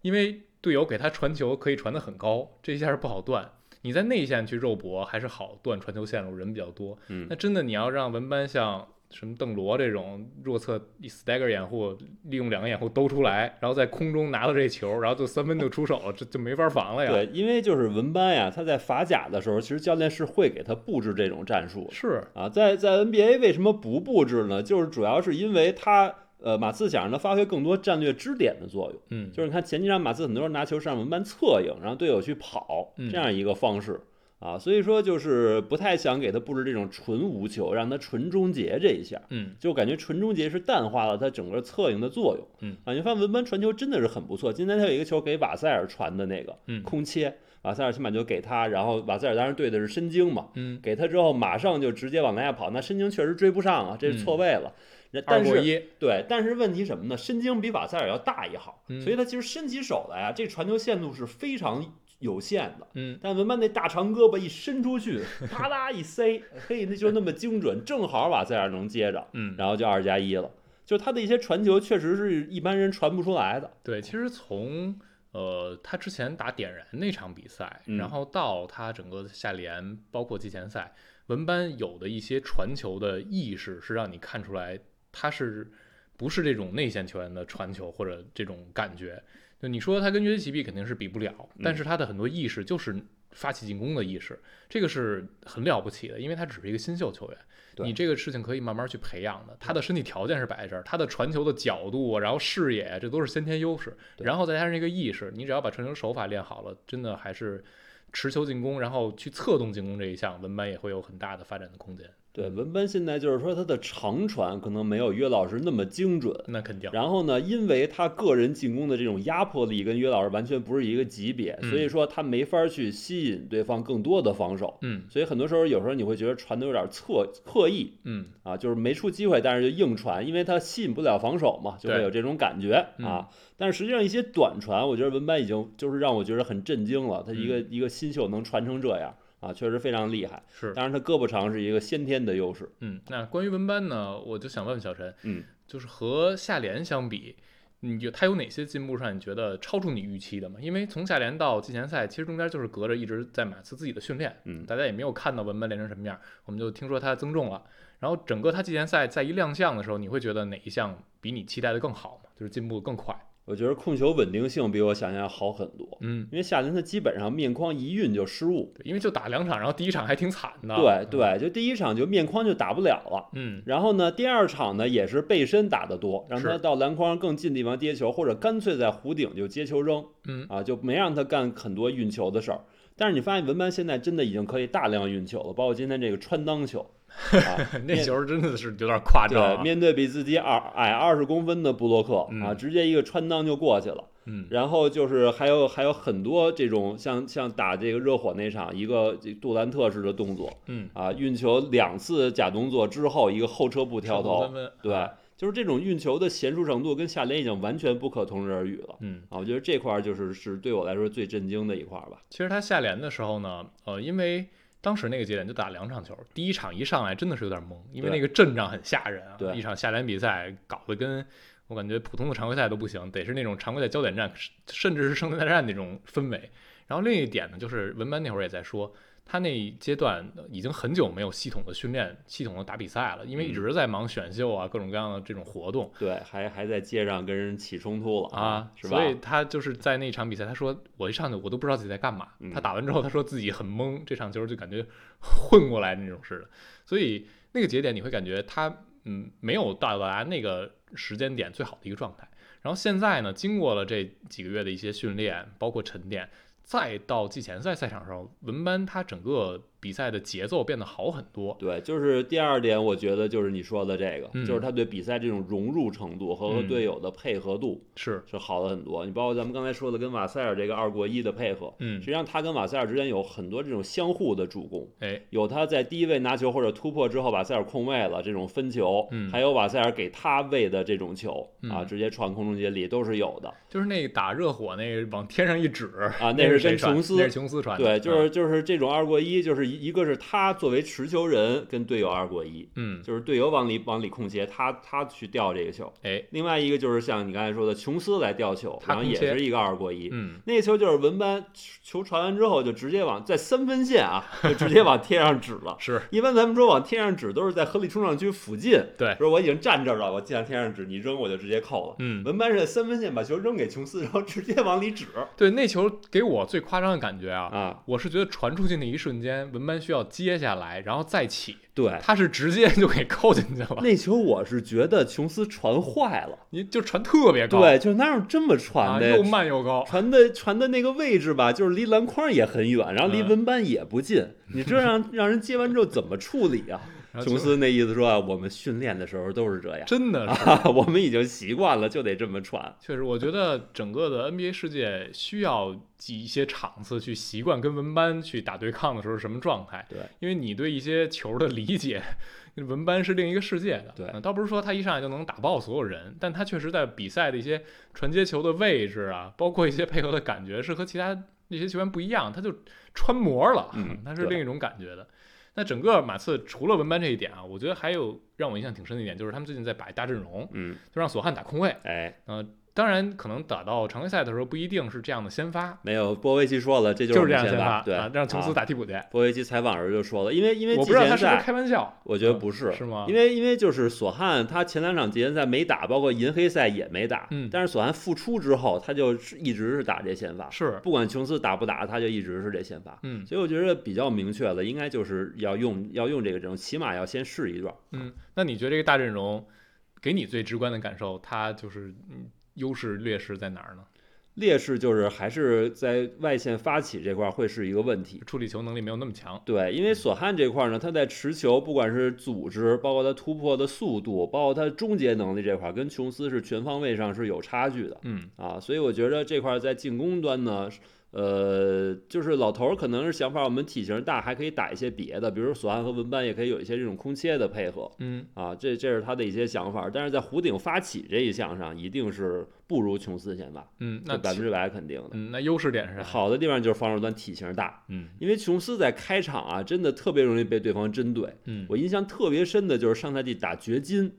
Speaker 1: 因为队友给他传球可以传得很高，这一下是不好断。你在内线去肉搏还是好断传球线路，人比较多。
Speaker 2: 嗯
Speaker 1: 那真的你要让文班像什么邓罗这种弱侧 stagger 掩护，利用两个掩护兜出来，然后在空中拿到这球，然后就三分就出手了，这就没法防了呀。
Speaker 2: 对，因为就是文班呀，他在法甲的时候，其实教练是会给他布置这种战术的。
Speaker 1: 是，
Speaker 2: 啊，在在 NBA 为什么不布置呢？就是主要是因为他呃马刺想让他发挥更多战略支点的作用。
Speaker 1: 嗯，
Speaker 2: 就是你看前几场马刺很多人拿球上文班侧应，然后队友去跑
Speaker 1: 嗯
Speaker 2: 这样一个方式。啊，所以说就是不太想给他布置这种纯无球，让他纯终结这一下，
Speaker 1: 嗯，
Speaker 2: 就感觉纯终结是淡化了他整个侧应的作用。
Speaker 1: 嗯，
Speaker 2: 啊，你发现文班传球真的是很不错，今天他有一个球给瓦塞尔传的那个，
Speaker 1: 嗯
Speaker 2: 空切，瓦塞尔先把球给他，然后瓦塞尔当时对的是申京嘛，
Speaker 1: 嗯，
Speaker 2: 给他之后，马上就直接往篮下跑。那申京确实追不上啊，这是错位了。那
Speaker 1: 嗯二
Speaker 2: 但
Speaker 1: 过
Speaker 2: 是
Speaker 1: 一，
Speaker 2: 对，但是问题什么呢？申京比瓦塞尔要大一号，
Speaker 1: 嗯
Speaker 2: 所以他其实伸起手来啊，这传球线路是非常有限的。
Speaker 1: 嗯，
Speaker 2: 但文班那大长胳膊一伸 出去，啪啦一塞，嘿，那就那么精准， 正好瓦塞尔能接着，
Speaker 1: 嗯，
Speaker 2: 然后就二加一了。就他的一些传球，确实是一般人传不出来的。
Speaker 1: 对，其实从呃他之前打点燃那场比赛，
Speaker 2: 嗯
Speaker 1: 然后到他整个下联，包括季前赛，文班有的一些传球的意识是让你看出来他是不是这种内线球员的传球或者这种感觉。就你说他跟约基奇比肯定是比不了，但
Speaker 2: 嗯
Speaker 1: 是他的很多意识就是发起进攻的意识，这个是很了不起的，因为他只是一个新秀球员。
Speaker 2: 对
Speaker 1: 你这个事情可以慢慢去培养的，他的身体条件是摆在这儿，他的传球的角度啊，然后视野，这都是先天优势。
Speaker 2: 对
Speaker 1: 然后再加上这个意识，你只要把传球手法练好了，真的还是持球进攻，然后去策动进攻这一项，文班也会有很大的发展的空间。
Speaker 2: 对，文班现在就是说他的长传可能没有约老师那么精准，
Speaker 1: 那肯定。
Speaker 2: 然后呢，因为他个人进攻的这种压迫力跟约老师完全不是一个级别，
Speaker 1: 嗯
Speaker 2: 所以说他没法去吸引对方更多的防守。
Speaker 1: 嗯
Speaker 2: 所以很多时候，有时候你会觉得传的有点侧刻意
Speaker 1: 嗯
Speaker 2: 啊，就是没出机会，但是就硬传，因为他吸引不了防守嘛，就会
Speaker 1: 对
Speaker 2: 有这种感觉
Speaker 1: 嗯
Speaker 2: 啊。但是实际上一些短传，我觉得文班已经就是让我觉得很震惊了，他一个
Speaker 1: 嗯
Speaker 2: 一个新秀能传成这样啊，确实非常厉害。
Speaker 1: 是。
Speaker 2: 当然，他胳膊长是一个先天的优势。
Speaker 1: 嗯，那关于文班呢，我就想问问小陈，
Speaker 2: 嗯，
Speaker 1: 就是和夏联相比，你觉他有哪些进步上你觉得超出你预期的吗？因为从夏联到季前赛，其实中间就是隔着一直在马刺自己的训练，
Speaker 2: 嗯
Speaker 1: 大家也没有看到文班练成什么样，我们就听说他增重了。然后整个他季前赛再一亮相的时候，你会觉得哪一项比你期待的更好吗？就是进步更快。
Speaker 2: 我觉得控球稳定性比我想象好很多，
Speaker 1: 嗯，
Speaker 2: 因为夏林他基本上面框一运就失误，
Speaker 1: 对，因为就打两场，然后第一场还挺惨的。
Speaker 2: 对，对，就第一场就面框就打不了了。
Speaker 1: 嗯
Speaker 2: 然后呢，第二场呢也是背身打得多，让他
Speaker 1: 是
Speaker 2: 到篮筐更近地方接球，或者干脆在弧顶就接球扔
Speaker 1: 嗯，，
Speaker 2: 啊，就没让他干很多运球的事儿。但是你发现文班现在真的已经可以大量运球了，包括今天这个穿裆球，啊
Speaker 1: 嗯 那球真的是有点夸张、
Speaker 2: 对
Speaker 1: 啊。
Speaker 2: 面对比自己矮矮二十公分的布洛克啊，
Speaker 1: 嗯
Speaker 2: 直接一个穿裆就过去了。
Speaker 1: 嗯
Speaker 2: 然后就是还有还有很多这种像像打这个热火那场一个这杜兰特式的动作
Speaker 1: 嗯，
Speaker 2: 啊，运球两次假动作之后一个后撤步跳
Speaker 1: 三
Speaker 2: 投，
Speaker 1: 分，
Speaker 2: 对，就是这种运球的娴熟程度跟夏联已经完全不可同日而语了
Speaker 1: 嗯。
Speaker 2: 啊！我觉得这块儿就是是对我来说最震惊的一块儿吧。
Speaker 1: 其实他下联的时候呢，呃，因为当时那个节点就打两场球，第一场一上来真的是有点懵，因为
Speaker 2: 对
Speaker 1: 那个阵仗很吓人啊，
Speaker 2: 对
Speaker 1: 一场下联比赛搞得跟我感觉普通的常规赛都不行，得是那种常规赛焦点战，甚甚至是圣诞大战那种氛围。然后另一点呢，就是文班那会儿也在说，他那一阶段呃已经很久没有系统的训练、系统的打比赛了，
Speaker 2: 嗯
Speaker 1: 因为一直在忙选秀啊，各种各样的这种活动。
Speaker 2: 对，还还在街上跟人起冲突了
Speaker 1: 啊，
Speaker 2: 是吧
Speaker 1: 所？以他就是在那场比赛，他说我一上去我都不知道自己在干嘛。
Speaker 2: 嗯
Speaker 1: 他打完之后，他说自己很懵，这场球就感觉混过来那种似的。所以那个节点你会感觉他嗯没有到达那个时间点最好的一个状态。然后现在呢，经过了这几个月的一些训练，包括沉淀，再到季前赛赛场上，文班他整个比赛的节奏变得好很多。
Speaker 2: 对，就是第二点，我觉得就是你说的这个，
Speaker 1: 嗯
Speaker 2: 就是他对比赛这种融入程度和和
Speaker 1: 嗯
Speaker 2: 队友的配合度，
Speaker 1: 是，
Speaker 2: 是好了很多。你包括咱们刚才说的跟瓦塞尔这个二过一的配合，
Speaker 1: 嗯
Speaker 2: 实际，上他跟瓦塞尔之间有很多这种相互的助攻，
Speaker 1: 哎，
Speaker 2: 有他在低位拿球或者突破之后，瓦塞尔空位了这种分球，
Speaker 1: 嗯
Speaker 2: 还有瓦塞尔给他喂的这种球、啊，
Speaker 1: 嗯
Speaker 2: 直接传空中接力都是有的
Speaker 1: 就是那个打热火那个往天上一指
Speaker 2: 啊。
Speaker 1: 那
Speaker 2: 是
Speaker 1: 谁
Speaker 2: 跟
Speaker 1: 传
Speaker 2: 琼斯
Speaker 1: 那是琼斯传的，
Speaker 2: 对，
Speaker 1: 嗯
Speaker 2: 就是就是这种二过一，就是一一个是他作为持球人跟队友二过一，
Speaker 1: 嗯，
Speaker 2: 就是队友往里往里控切，他他去吊这个球。
Speaker 1: 哎，
Speaker 2: 另外一个就是像你刚才说的，琼斯来吊球，
Speaker 1: 他
Speaker 2: 然后
Speaker 1: 空
Speaker 2: 也
Speaker 1: 切
Speaker 2: 是一个二过一，
Speaker 1: 嗯，。
Speaker 2: 那球就是文班球传完之后就直接往在三分线啊，就直接往天上指了
Speaker 1: 是
Speaker 2: 一般咱们说往天上指都是在合理冲撞区附近，
Speaker 1: 对
Speaker 2: 说我已经站这儿了，我向天上指，你扔我就直接扣了。
Speaker 1: 嗯，
Speaker 2: 文班是在三分线把球扔给琼斯，然后直接往里指
Speaker 1: 对，那球给我最夸张的感觉啊，
Speaker 2: 啊，
Speaker 1: 我是觉得传出去那一瞬间，文班需要接下来，然后再起，
Speaker 2: 对。
Speaker 1: 他是直接就给扣进去了，
Speaker 2: 那球我是觉得琼斯传坏了，
Speaker 1: 你就传特别高，
Speaker 2: 对，就是哪有这么
Speaker 1: 哦啊，
Speaker 2: 传的呀？
Speaker 1: 又慢又高，
Speaker 2: 传的传的那个位置吧，就是离篮筐也很远，然后离
Speaker 1: 嗯
Speaker 2: 文班也不近，你这让让人接完之后怎么处理啊？
Speaker 1: 然后
Speaker 2: 琼
Speaker 1: 就
Speaker 2: 斯啊那意思说啊，我们训练的时候都是这样，
Speaker 1: 真的是。
Speaker 2: 我们已经习惯了，就得这么传。
Speaker 1: 确实，我觉得整个的 NBA 世界需要几一些场次去习惯跟文班去打对抗的时候是什么状态。
Speaker 2: 对，
Speaker 1: 因为你对一些球的理解，文班是另一个世界的。
Speaker 2: 对
Speaker 1: 嗯倒不是说他一上来就能打爆所有人，但他确实在比赛的一些传接球的位置啊，包括一些配合的感觉，是和其他那些球员不一样，他就穿模了，
Speaker 2: 嗯
Speaker 1: 他是
Speaker 2: 对
Speaker 1: 另一种感觉的。那整个马刺除了文班这一点啊，我觉得还有让我印象挺深的一点，就是他们最近在摆大阵容，
Speaker 2: 嗯，
Speaker 1: 就让索汉打控卫。
Speaker 2: 哎，
Speaker 1: 当然，可能打到常规赛的时候不一定是这样的先发，
Speaker 2: 没有，波维奇说了，这就
Speaker 1: 就是这样
Speaker 2: 我们
Speaker 1: 先
Speaker 2: 发，对，
Speaker 1: 啊，让琼斯
Speaker 2: 啊。
Speaker 1: 打替补去。
Speaker 2: 波维奇采访时就说了，因为因为
Speaker 1: 我不
Speaker 2: 季
Speaker 1: 知道他
Speaker 2: 前
Speaker 1: 是不是嗯
Speaker 2: 赛，
Speaker 1: 开玩笑，
Speaker 2: 我觉得不是
Speaker 1: 是吗？
Speaker 2: 因为因为就是索汉，他前两场季前赛没打，包括银黑赛也没打。
Speaker 1: 嗯
Speaker 2: 但是索汉复出之后，他就是一直是打这先发，
Speaker 1: 是，
Speaker 2: 不管琼斯打不打，他就一直是这先发。
Speaker 1: 嗯
Speaker 2: 所以我觉得比较明确了，应该就是要用要用这个阵容，起码要先试一段。
Speaker 1: 嗯。那你觉得这个大阵容给你最直观的感受，它就是嗯优势劣势在哪儿呢？
Speaker 2: 劣势就是还是在外线发起这块儿会是一个问题。
Speaker 1: 处理球能力没有那么强。
Speaker 2: 对，因为索汉这块儿呢，他在持球，不管是组织，包括他突破的速度，包括他终结能力这块儿，跟琼斯是全方位上是有差距的
Speaker 1: 嗯，
Speaker 2: 啊。所以我觉得这块儿在进攻端呢，呃，就是老头儿可能是想法我们体型大，还可以打一些别的，比如索汉和文班也可以有一些这种空切的配合
Speaker 1: 嗯，
Speaker 2: 啊。这这是他的一些想法，但是在弧顶发起这一项上，一定是不如琼斯先发，
Speaker 1: 嗯，那
Speaker 2: 这百
Speaker 1: 其
Speaker 2: 分之百肯定的。
Speaker 1: 嗯，那优势点是啥？
Speaker 2: 好的地方就是防守端体型大，
Speaker 1: 嗯
Speaker 2: 因为琼斯在开场啊，真的特别容易被对方针对。
Speaker 1: 嗯，
Speaker 2: 我印象特别深的就是上赛季打掘金，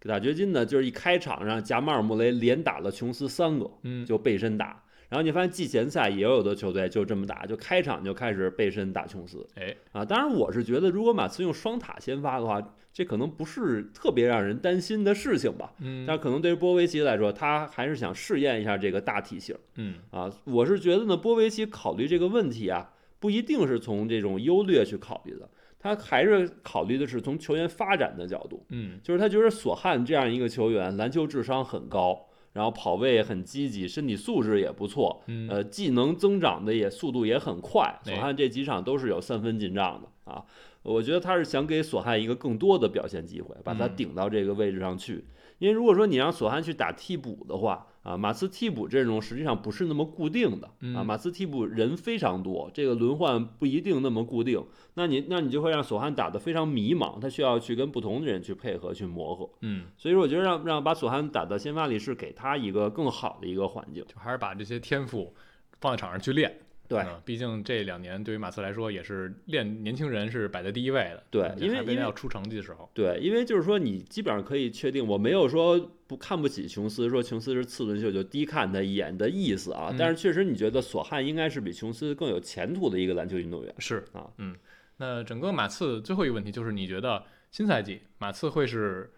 Speaker 2: 打掘金呢，就是一开场让贾马尔穆雷连打了琼斯三个，
Speaker 1: 嗯
Speaker 2: 就背身打。然后你发现季前赛也有的球队就这么打，就开场就开始背身打琼斯
Speaker 1: 哎，
Speaker 2: 啊。当然，我是觉得如果马刺用双塔先发的话，这可能不是特别让人担心的事情吧。
Speaker 1: 嗯
Speaker 2: 但可能对于波维奇来说，他还是想试验一下这个大体型。
Speaker 1: 嗯
Speaker 2: 啊，我是觉得呢，波维奇考虑这个问题啊，不一定是从这种优劣去考虑的，他还是考虑的是从球员发展的角度，
Speaker 1: 嗯
Speaker 2: 就是他觉得索汉这样一个球员，篮球智商很高，然后跑位很积极，身体素质也不错，
Speaker 1: 嗯，
Speaker 2: 呃，技能增长的也速度也很快，索
Speaker 1: 哎
Speaker 2: 汉这几场都是有三分进账的啊。我觉得他是想给索汉一个更多的表现机会，把他
Speaker 1: 嗯
Speaker 2: 顶到这个位置上去。因为如果说你让索汉去打替补的话，啊，马刺替补阵容实际上不是那么固定的啊，
Speaker 1: 嗯
Speaker 2: 马刺替补人非常多，这个轮换不一定那么固定。那你那你就会让索汉打得非常迷茫，他需要去跟不同的人去配合去磨合。
Speaker 1: 嗯，
Speaker 2: 所以说，我觉得让让把索汉打到先发里是给他一个更好的一个环境。
Speaker 1: 就还是把这些天赋放在场上去练。
Speaker 2: 对
Speaker 1: 嗯，毕竟这两年对于马刺来说也是练年轻人是摆在第一位的。
Speaker 2: 对
Speaker 1: 嗯
Speaker 2: 因为
Speaker 1: 还没
Speaker 2: 因为
Speaker 1: 要出成绩的时候，
Speaker 2: 对，因为就是说，你基本上可以确定，我没有说不看不起琼斯，说琼斯是次轮秀就低看他一眼的意思啊
Speaker 1: 嗯。
Speaker 2: 但是确实，你觉得索汉应该是比琼斯更有前途的一个篮球运动员。
Speaker 1: 是
Speaker 2: 啊，
Speaker 1: 嗯，那整个马刺最后一个问题就是，你觉得新赛季马刺会是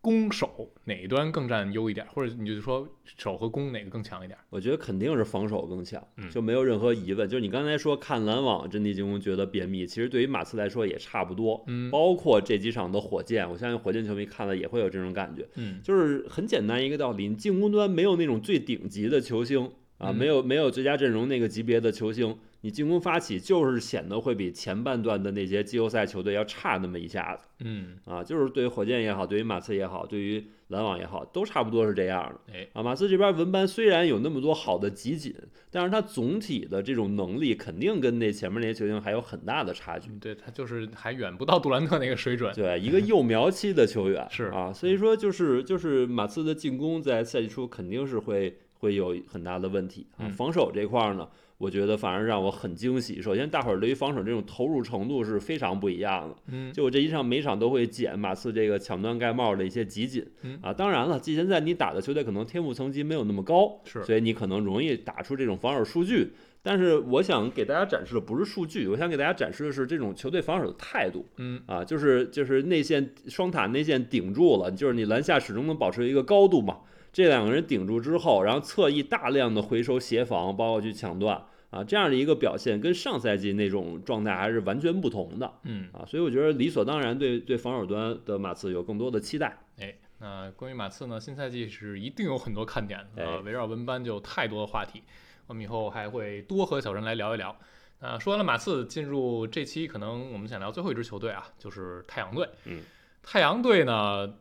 Speaker 1: 攻守哪一端更占优一点，或者你就说守和攻哪个更强一点？
Speaker 2: 我觉得肯定是防守更强
Speaker 1: 嗯，
Speaker 2: 就没有任何疑问。就是你刚才说看篮网阵地进攻觉得便秘，其实对于马刺来说也差不多。
Speaker 1: 嗯
Speaker 2: 包括这几场的火箭，我相信火箭球迷看了也会有这种感觉。
Speaker 1: 嗯
Speaker 2: 就是很简单一个道理，你进攻端没有那种最顶级的球星啊，
Speaker 1: 嗯
Speaker 2: 没有没有最佳阵容那个级别的球星，你进攻发起就是显得会比前半段的那些季后赛球队要差那么一下子
Speaker 1: 嗯，
Speaker 2: 啊，就是对于火箭也好，对于马刺也好，对于篮网也好，都差不多是这样的。
Speaker 1: 哎，
Speaker 2: 啊，马刺这边文班虽然有那么多好的集锦，但是他总体的这种能力肯定跟那前面那些球星还有很大的差距。
Speaker 1: 嗯对他就是还远不到杜兰特那个水准。
Speaker 2: 对，一个幼苗期的球 员
Speaker 1: 是
Speaker 2: 啊，所以说就是就是马刺的进攻在赛季初肯定是会会有很大的问题啊。
Speaker 1: 嗯
Speaker 2: 防守这块儿呢，我觉得反而让我很惊喜。首先，大伙儿对于防守这种投入程度是非常不一样的。
Speaker 1: 嗯
Speaker 2: 就我这一场每场都会捡马刺这个抢断盖帽的一些集锦
Speaker 1: 嗯
Speaker 2: 啊。当然了，季前赛你打的球队可能天赋层级没有那么高，
Speaker 1: 是
Speaker 2: 所以你可能容易打出这种防守数据。但是我想给大家展示的不是数据，我想给大家展示的是这种球队防守的态度。
Speaker 1: 嗯
Speaker 2: 啊，就是就是内线双塔内线顶住了，就是你篮下始终能保持一个高度嘛。这两个人顶住之后，然后侧翼大量的回收协防，包括去抢断啊，这样的一个表现跟上赛季那种状态还是完全不同的
Speaker 1: 嗯，
Speaker 2: 啊。所以我觉得理所当然对对防守端的马刺有更多的期待。
Speaker 1: 哎，那关于马刺呢，新赛季是一定有很多看点的啊，
Speaker 2: 哎
Speaker 1: 围绕文班就有太多的话题，我们以后还会多和小陈来聊一聊。那说完了马刺，进入这期可能我们想聊最后一支球队啊，就是太阳队。
Speaker 2: 嗯，
Speaker 1: 太阳队呢，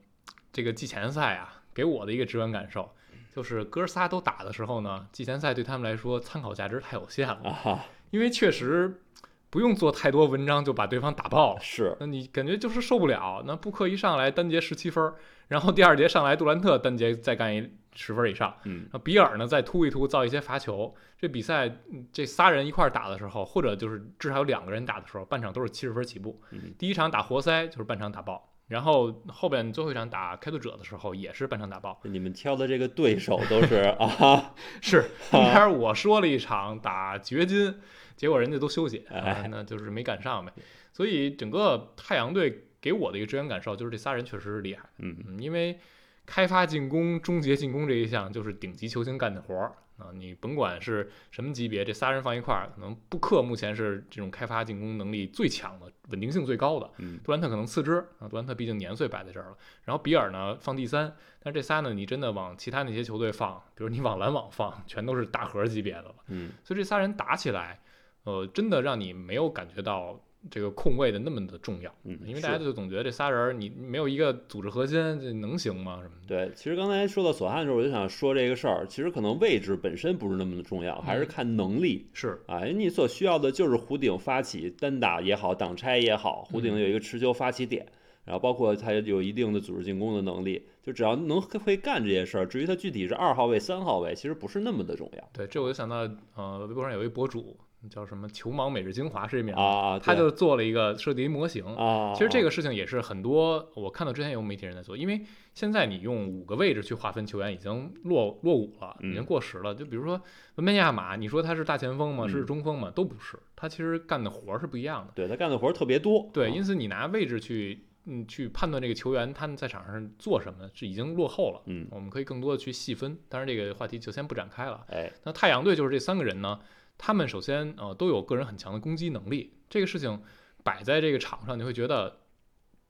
Speaker 1: 这个季前赛啊，给我的一个直观感受就是哥仨都打的时候呢，季前赛对他们来说参考价值太有限了，
Speaker 2: 啊哈，
Speaker 1: 因为确实不用做太多文章就把对方打爆了。
Speaker 2: 是
Speaker 1: 那你感觉 就是受不了。那布克一上来单节十七分儿，然后第二节上来杜兰特单节再干一十分儿以上，
Speaker 2: 嗯
Speaker 1: 那比尔呢再突一突造一些罚球。这比赛嗯这仨人一块儿打的时候，或者就是至少有两个人打的时候，半场都是七十分起步。
Speaker 2: 嗯
Speaker 1: 第一场打活塞就是半场打爆。然后后边最后一场打开拓者的时候也是半场打爆，
Speaker 2: 你们挑的这个对手都是 啊哈，
Speaker 1: 是中间我说了一场打掘金，结果人家都休息，啊
Speaker 2: 哎，
Speaker 1: 那就是没赶上呗。所以整个太阳队给我的一个直观感受就是这仨人确实是厉害。
Speaker 2: 嗯
Speaker 1: 嗯，因为开发进攻、终结进攻这一项就是顶级球星干的活儿啊！你甭管是什么级别，这仨人放一块儿，可能布克目前是这种开发进攻能力最强的、稳定性最高的，
Speaker 2: 嗯
Speaker 1: 杜兰特可能次之啊，杜兰特毕竟年岁摆在这儿了。然后比尔呢放第三，但是这仨呢，你真的往其他那些球队放，比如你往篮网放，全都是大核级别的了。
Speaker 2: 嗯
Speaker 1: 所以这仨人打起来，呃，真的让你没有感觉到这个控卫的那么的重要，
Speaker 2: 嗯，
Speaker 1: 因为大家
Speaker 2: 是
Speaker 1: 就总觉得这仨人儿你你没有一个组织核心，这能行吗？什么的。
Speaker 2: 对，其实刚才说到索汉的时候，我就想说这个事儿，其实可能位置本身不是那么的重要，还
Speaker 1: 嗯
Speaker 2: 是看能力。
Speaker 1: 是，
Speaker 2: 啊，你所需要的就是弧顶发起单打也好，挡拆也好，弧
Speaker 1: 嗯
Speaker 2: 顶有一个持球发起点，然后包括他有一定的组织进攻的能力，就只要能会干这些事儿。至于他具体是二号位、三号位，其实不是那么的重要
Speaker 1: 对，这我就想到，呃，微博上有一博主叫什么“球盲每日精华”是一名，
Speaker 2: 啊啊。
Speaker 1: 他
Speaker 2: 对
Speaker 1: 就做了一个设计一模型。
Speaker 2: 啊，
Speaker 1: 其实这
Speaker 2: 个
Speaker 1: 个事情也是很多，我看到之前有媒体人在做，因为现在你用五个位置去划分球员已经落落伍了，已经
Speaker 2: 嗯
Speaker 1: 过时了。就比如说文班亚马，你说他是大前锋吗？是
Speaker 2: 嗯
Speaker 1: 中锋吗？都不是，他其实干的活儿是不一样的。
Speaker 2: 对他干的活儿特别多，
Speaker 1: 对，
Speaker 2: 啊
Speaker 1: 因此你拿位置去，嗯，去判断这个球员他们在场上做什么，是已经落后了。
Speaker 2: 嗯，
Speaker 1: 我们可以更多的去细分，当然这个话题就先不展开了。
Speaker 2: 哎，
Speaker 1: 那太阳队就是这三个人呢，他们首先呃都有个人很强的攻击能力，这个事情摆在这个场上，你会觉得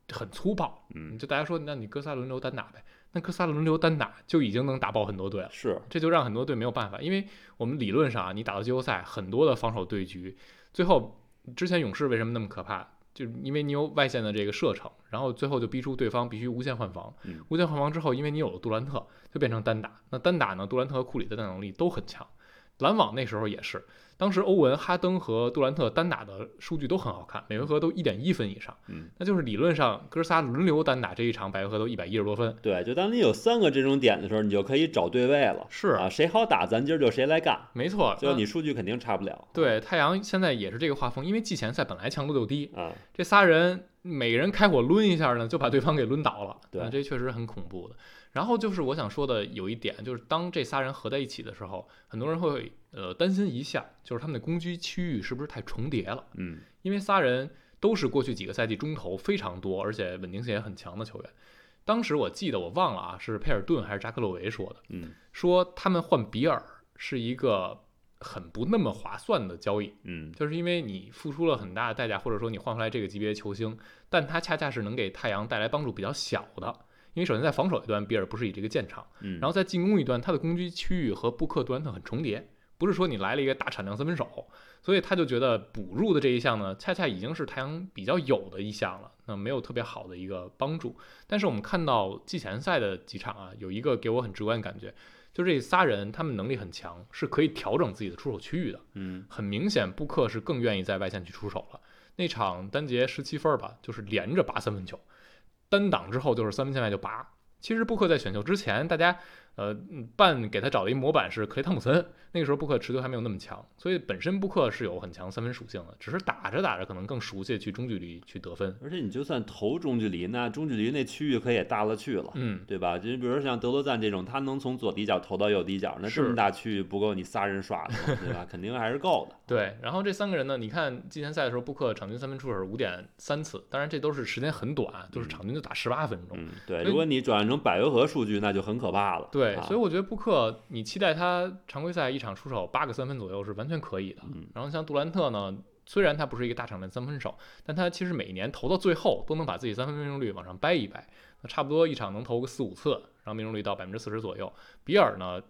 Speaker 1: 很粗暴。
Speaker 2: 嗯，
Speaker 1: 就大家说，那你哥仨轮流单打呗，那哥仨轮流单打就已经能打爆很多队了。
Speaker 2: 是
Speaker 1: 这就让很多队没有办法，因为我们理论上啊，你打到季后赛，很多的防守对局，最后之前勇士为什么那么可怕？就是因为你有外线的这个射程，然后最后就逼出对方必须无限换防
Speaker 2: 嗯。
Speaker 1: 无限换防之后，因为你有了杜兰特，就变成单打。那单打呢，杜兰特和库里的单打能力都很强。篮网那时候也是，当时欧文、哈登和杜兰特单打的数据都很好看，每回合都一点一分以上。
Speaker 2: 嗯，
Speaker 1: 那就是理论上哥仨轮流单打这一场，百回合都一百一十多分。
Speaker 2: 对，就当你有三个这种点的时候，你就可以找对位了。
Speaker 1: 是嗯
Speaker 2: 啊，谁好打，咱今儿就谁来干。
Speaker 1: 没错。
Speaker 2: 最后
Speaker 1: 那
Speaker 2: 你数据肯定差不了。
Speaker 1: 对，太阳现在也是这个画风，因为季前赛本来强度就低，
Speaker 2: 啊，
Speaker 1: 这仨人每人开火抡一下呢，就把对方给抡倒了。
Speaker 2: 对
Speaker 1: 啊这确实很恐怖的。然后就是我想说的有一点，就是当这仨人合在一起的时候，很多人会呃担心一下，就是他们的攻击区域是不是太重叠了？
Speaker 2: 嗯，
Speaker 1: 因为仨人都是过去几个赛季中投非常多，而且稳定性也很强的球员。当时我记得我忘了啊，是佩尔顿还是扎克洛维说的，
Speaker 2: 嗯
Speaker 1: 说他们换比尔是一个很不那么划算的交易。
Speaker 2: 嗯，
Speaker 1: 就是因为你付出了很大的代价，或者说你换回来这个级别的球星，但他恰恰是能给太阳带来帮助比较小的。因为首先在防守一端，比尔不是以这个见长，
Speaker 2: 嗯
Speaker 1: 然后在进攻一端，他的攻击区域和布克端特很重叠，不是说你来了一个大产量三分手，所以他就觉得补入的这一项呢，恰恰已经是太阳比较有的一项了，那没有特别好的一个帮助。但是我们看到季前赛的几场啊，有一个给我很直观的感觉，就这仨人他们能力很强，是可以调整自己的出手区域的。
Speaker 2: 嗯
Speaker 1: 很明显，布克是更愿意在外线去出手了。那场单节十七分儿吧，就是连着拔三分球，单挡之后就是三分线外就拔。其实布克在选秀之前，大家呃嗯半给他找了一模板是克雷汤普森，那个时候布克持球还没有那么强，所以本身布克是有很强三分属性的，只是打着打着可能更熟悉去中距离去得分。
Speaker 2: 而且你就算投中距离，那中距离那区域可也大了去了，
Speaker 1: 嗯，
Speaker 2: 对吧？就比如像德罗赞这种，他能从左底角投到右底角，那这
Speaker 1: 是
Speaker 2: 么大区域不够你仨人刷 的嘛，对吧？肯定还是够的。
Speaker 1: 对。然后这三个人呢，你看季前赛的时候，布克场均三分出手五点三次，当然这都是时间很短，啊就是场均就打十八分钟。
Speaker 2: 嗯，对。
Speaker 1: 以
Speaker 2: 如果你转换成百回合数据，那就很可怕了。
Speaker 1: 对，
Speaker 2: 啊
Speaker 1: 所以我觉得布克，你期待他常规赛一场出手八个三分左右是完全可以的。
Speaker 2: 嗯
Speaker 1: 然后像杜兰特呢，虽然他不是一个大场面三分手，但他其实每一年投到最后都能把自己三分命中率往上掰一掰，那差不多一场能投个四五次，然后命中率到百分之四十左右。比尔呢，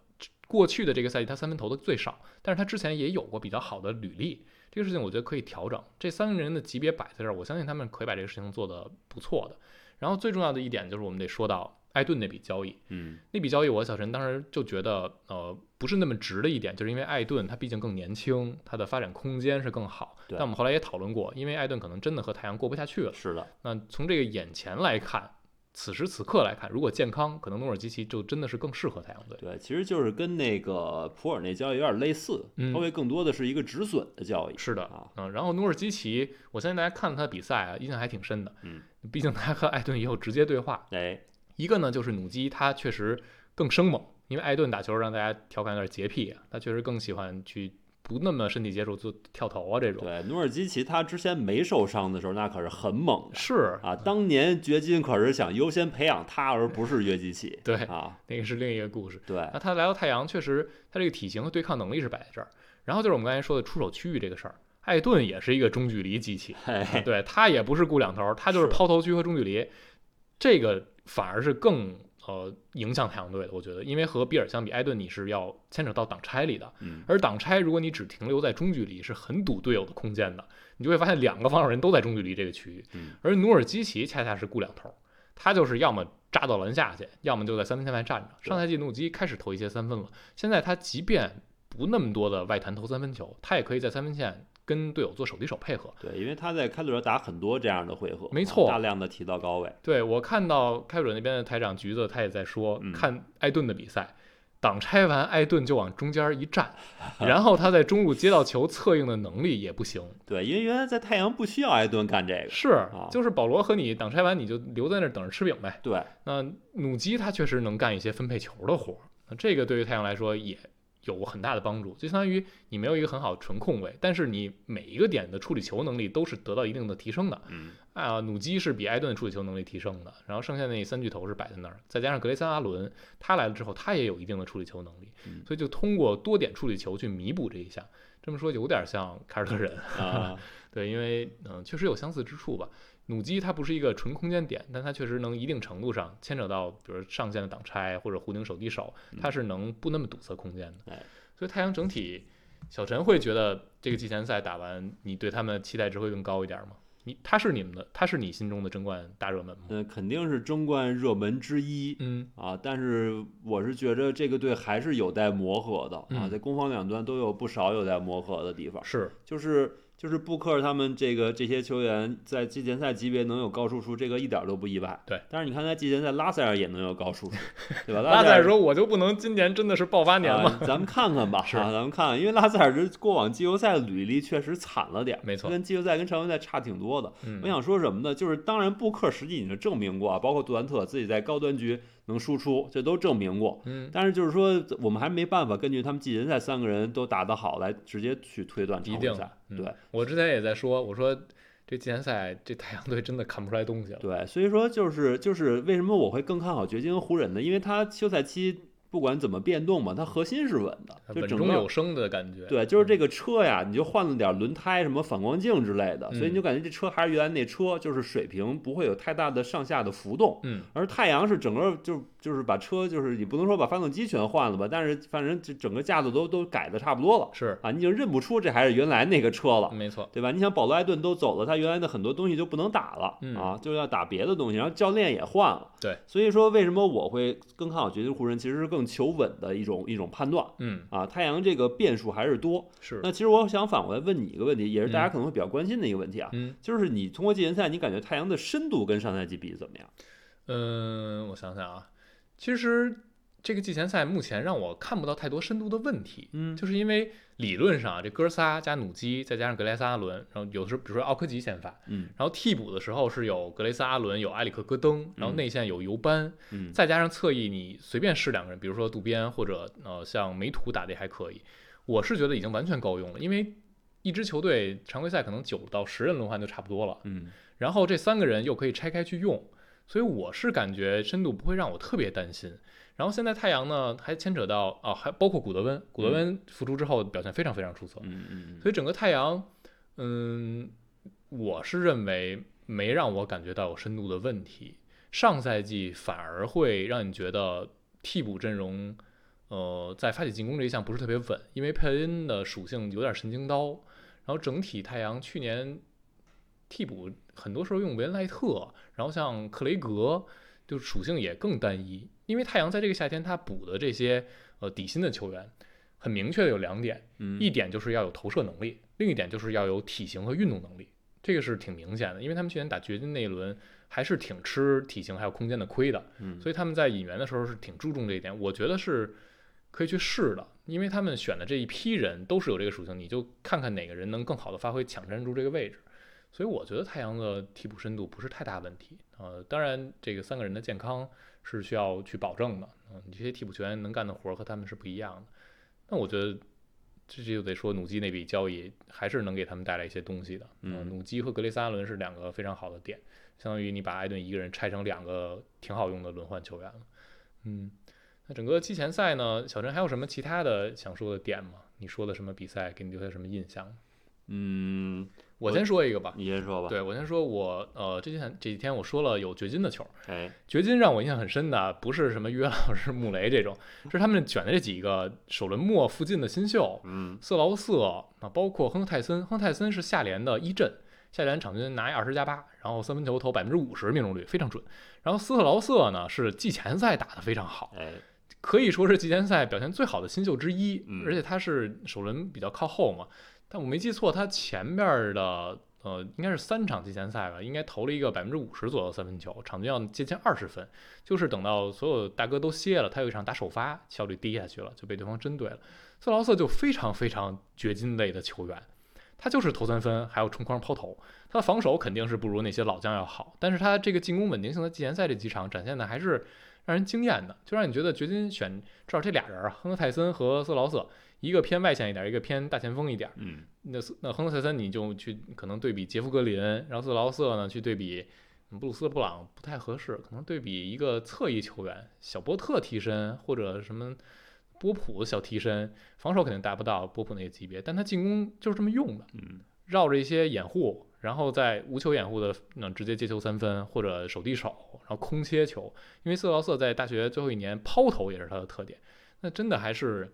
Speaker 1: 过去的这个赛季他三分投的最少，但是他之前也有过比较好的履历，这个事情我觉得可以调整。这三个人的级别摆在这儿，我相信他们可以把这个事情做得不错的。然后最重要的一点就是我们得说到艾顿那笔交易，
Speaker 2: 嗯
Speaker 1: 那笔交易，我小陈当时就觉得，呃，不是那么值的一点，就是因为艾顿他毕竟更年轻，他的发展空间是更好。
Speaker 2: 对
Speaker 1: 但我们后来也讨论过，因为艾顿可能真的和太阳过不下去了。
Speaker 2: 是的，
Speaker 1: 那从这个眼前来看，此时此刻来看，如果健康，可能努尔基奇就真的是更适合太阳队。
Speaker 2: 对，其实就是跟那个普尔那交易有点类似，
Speaker 1: 嗯
Speaker 2: 它会更多的是一个止损的交易。
Speaker 1: 是的
Speaker 2: 啊，
Speaker 1: 嗯，然后努尔基奇，我相信大家看了他的比赛啊，印象还挺深的。
Speaker 2: 嗯，
Speaker 1: 毕竟他和艾顿也有直接对话。
Speaker 2: 哎，
Speaker 1: 一个呢就是努基，他确实更生猛，因为艾顿打球让大家调侃有点洁癖啊，他确实更喜欢去不那么身体接触就跳投啊这种。
Speaker 2: 对，努尔基奇他之前没受伤的时候，那可是很猛的
Speaker 1: 是，
Speaker 2: 啊！当年掘金可是想优先培养他，而不是约基 奇。
Speaker 1: 对
Speaker 2: 啊，
Speaker 1: 那个是另一个故事。
Speaker 2: 对，
Speaker 1: 那他来到太阳，确实他这个体型和对抗能力是摆在这儿。然后就是我们刚才说的出手区域这个事儿，艾顿也是一个中距离机器，
Speaker 2: 嘿，
Speaker 1: 对他也不是顾两头儿，他就是
Speaker 2: 是
Speaker 1: 抛投区和中距离，这个反而是更呃影响太阳队的，我觉得，因为和比尔相比，艾顿你是要牵扯到挡拆里的，
Speaker 2: 嗯，
Speaker 1: 而挡拆如果你只停留在中距离，是很堵队友的空间的，你就会发现两个防守人都在中距离这个区域
Speaker 2: 嗯，
Speaker 1: 而努尔基奇恰恰是顾两头儿，他就是要么。扎到篮下去，要么就在三分线外站着。上赛季努基开始投一些三分了，现在他即便不那么多的外弹投三分球，他也可以在三分线跟队友做手递手配合。
Speaker 2: 对，因为他在开拓者打很多这样的回合，
Speaker 1: 没
Speaker 2: 啊
Speaker 1: 错
Speaker 2: 大量的提到高位，
Speaker 1: 对我看到开拓者那边的台长橘子，他也在说，
Speaker 2: 嗯
Speaker 1: 看艾顿的比赛，挡拆完艾顿就往中间一 站，然后他在中路接到球策应的能力也不行。
Speaker 2: 对，因为原来在太阳不需要艾顿干这个，
Speaker 1: 是，就是保罗和你挡拆完你就留在那儿等着吃饼呗。
Speaker 2: 对，
Speaker 1: 那努基他确实能干一些分配球的活儿，那这个对于太阳来说也有很大的帮助，就相当于你没有一个很好的纯控卫，但是你每一个点的处理球能力都是得到一定的提升的。
Speaker 2: 嗯，
Speaker 1: 啊，努基是比埃顿处理球能力提升的，然后剩下那三巨头是摆在那儿，再加上格雷森阿伦，他来了之后，他也有一定的处理球能力，
Speaker 2: 嗯
Speaker 1: 所以就通过多点处理球去弥补这一项。这么说有点像凯尔特人，
Speaker 2: 啊，
Speaker 1: 对，因为嗯、确实有相似之处吧。努基它不是一个纯空间点，但它确实能一定程度上牵扯到，比如上线的挡拆或者弧顶手递手，它是能不那么堵塞空间的
Speaker 2: 哎。
Speaker 1: 所以太阳整体，小陈会觉得这个季前赛打完，你对他们的期待值会更高一点吗？你他是你们的，他是你心中的争冠大热门吗？
Speaker 2: 那肯定是争冠热门之一，
Speaker 1: 嗯，
Speaker 2: 啊，但是我是觉着这个队还是有待磨合的啊，
Speaker 1: 嗯
Speaker 2: 在攻防两端都有不少有待磨合的地方。
Speaker 1: 是，
Speaker 2: 就是就是布克他们这个这些球员在季前赛级别能有高输出，这个一点儿都不意外。
Speaker 1: 对，
Speaker 2: 但是你看在季前赛拉塞尔也能有高输 出，对吧？
Speaker 1: 拉塞
Speaker 2: 塞
Speaker 1: 尔说我就不能今年真的是爆发年吗？
Speaker 2: 啊，咱们看看吧，
Speaker 1: 是
Speaker 2: 啊，咱们看看，因为拉塞尔这过往季后赛的履历确实惨了点儿，
Speaker 1: 没错
Speaker 2: 跟季后赛跟常规赛差挺多的。
Speaker 1: 嗯，
Speaker 2: 我想说什么呢？就是当然，布克实际已经证明过啊，包括杜兰特自己在高端局能输出，这都证明过。
Speaker 1: 嗯，
Speaker 2: 但是就是说，我们还没办法根据他们季前赛三个人都打得好来直接去推断常
Speaker 1: 一
Speaker 2: 规
Speaker 1: 定
Speaker 2: 赛。
Speaker 1: 嗯
Speaker 2: 对
Speaker 1: 我之前也在说，我说这季前赛这太阳队真的看不出来东西了。
Speaker 2: 对，所以说就是就是为什么我会更看好掘金和湖人呢？因为他休赛期不管怎么变动嘛，它核心是稳的，就
Speaker 1: 稳
Speaker 2: 整
Speaker 1: 中
Speaker 2: 个
Speaker 1: 有升的感觉，
Speaker 2: 对，就是这个车呀，你就换了点轮胎、什么反光镜之类
Speaker 1: 嗯
Speaker 2: 的，所以你就感觉这车还是原来那车，就是水平不会有太大的上下的浮动。
Speaker 1: 嗯，
Speaker 2: 而太阳是整个就就是把车就是你不能说把发动机全换了吧，但是反正这整个架子都都改的差不多了。
Speaker 1: 是
Speaker 2: 啊，你已经认不出这还是原来那个车了，
Speaker 1: 没错，
Speaker 2: 对吧？你想保罗艾顿都走了，他原来的很多东西就不能打了、
Speaker 1: 嗯
Speaker 2: 啊，就要打别的东西，然后教练也换了，
Speaker 1: 对，
Speaker 2: 所以说为什么我会更看好掘金湖人，其实是更求稳的一种一种判断。
Speaker 1: 嗯，
Speaker 2: 啊，太阳这个变数还是多。
Speaker 1: 是，
Speaker 2: 那其实我想反过来问你一个问题，也是大家
Speaker 1: 嗯
Speaker 2: 可能会比较关心的一个问题啊，
Speaker 1: 嗯
Speaker 2: 就是你通过季前赛，你感觉太阳的深度跟上赛季比怎么样？
Speaker 1: 嗯，我想想啊，其实这个季前赛目前让我看不到太多深度的问题，
Speaker 2: 嗯
Speaker 1: 就是因为理论上啊，这哥仨加努基，再加上格雷斯阿伦，然后有的时候比如说奥科吉先发，
Speaker 2: 嗯
Speaker 1: 然后替补的时候是有格雷斯阿伦，有埃里克戈登，然后
Speaker 2: 嗯
Speaker 1: 内线有尤班，
Speaker 2: 嗯
Speaker 1: 再加上侧翼，你随便试两个人，比如说渡边或者呃像梅图打的也还可以，我是觉得已经完全够用了，因为一支球队常规赛可能九到十人轮换就差不多了，
Speaker 2: 嗯
Speaker 1: 然后这三个人又可以拆开去用，所以我是感觉深度不会让我特别担心。然后现在太阳呢，还牵扯到啊，还包括古德温，古德温复出之后表现非常非常出色，
Speaker 2: 嗯嗯
Speaker 1: 所以整个太阳，嗯，我是认为没让我感觉到有深度的问题。上赛季反而会让你觉得替补阵容，呃，在发起进攻这一项不是特别稳，因为佩恩的属性有点神经刀。然后整体太阳去年替补很多时候用维恩赖特，然后像克雷格，就属性也更单一。因为太阳在这个夏天他补的这些呃底薪的球员，很明确的有两点，
Speaker 2: 嗯，
Speaker 1: 一点就是要有投射能力，另一点就是要有体型和运动能力，这个是挺明显的。因为他们去年打掘金那一轮还是挺吃体型还有空间的亏的，
Speaker 2: 嗯
Speaker 1: 所以他们在引援的时候是挺注重这一点，我觉得是可以去试的，因为他们选的这一批人都是有这个属性，你就看看哪个人能更好的发挥，抢占住这个位置。所以我觉得太阳的替补深度不是太大问题，呃，当然这个三个人的健康是需要去保证的，嗯、你这些替补球员能干的活儿和他们是不一样的。那我觉得这就得说努基那笔交易还是能给他们带来一些东西的。
Speaker 2: 嗯
Speaker 1: 努基和格雷斯阿伦是两个非常好的点，相当于你把艾顿一个人拆成两个挺好用的轮换球员了。嗯，那整个季前赛呢，小陈还有什么其他的想说的点吗？你说的什么比赛给你留下什么印象？
Speaker 2: 嗯，
Speaker 1: 我先说一个吧。
Speaker 2: 你先说吧。
Speaker 1: 对我先说我，呃，这几天这几天我说了有掘金的球，
Speaker 2: 哎，
Speaker 1: 掘金让我印象很深的啊不是什么约老师、穆雷这种，是他们选的这几个首轮末附近的新秀，
Speaker 2: 嗯
Speaker 1: 瑟劳瑟啊，包括亨特泰森。亨特泰森是下联的一阵，下联场均拿一二十加八，然后三分球投百分之五十命中率，非常准。然后斯特劳瑟呢是季前赛打得非常好，
Speaker 2: 哎，
Speaker 1: 可以说是季前赛表现最好的新秀之一，
Speaker 2: 嗯
Speaker 1: 而且他是首轮比较靠后嘛，但我没记错，他前面的呃应该是三场季前赛吧，应该投了一个百分之五十左右的三分球，场均要接近二十分，就是等到所有大哥都歇了，他有一场打首发，效率低下去了，就被对方针对了。瑟劳瑟就非常非常掘金类的球员。他就是投三分，还有冲框抛投。他的防守肯定是不如那些老将要好，但是他这个进攻稳定性在季前赛这几场展现的还是让人惊艳的，就让你觉得掘金选至少这俩人啊，亨特泰森和瑟劳瑟，一个偏外线一点，一个偏大前锋一点。
Speaker 2: 嗯
Speaker 1: 那斯那亨特泰森你就去可能对比杰夫格林，然后瑟劳瑟呢去对比嗯布鲁斯布朗不太合适，可能对比一个侧翼球员小波特替身或者什么波普小替身，防守肯定达不到波普那个级别，但他进攻就是这么用的，
Speaker 2: 嗯
Speaker 1: 绕着一些掩护，然后在无球掩护的那直接接球三分或者手递手，然后空切球。因为瑟劳瑟在大学最后一年抛投也是他的特点，那真的还是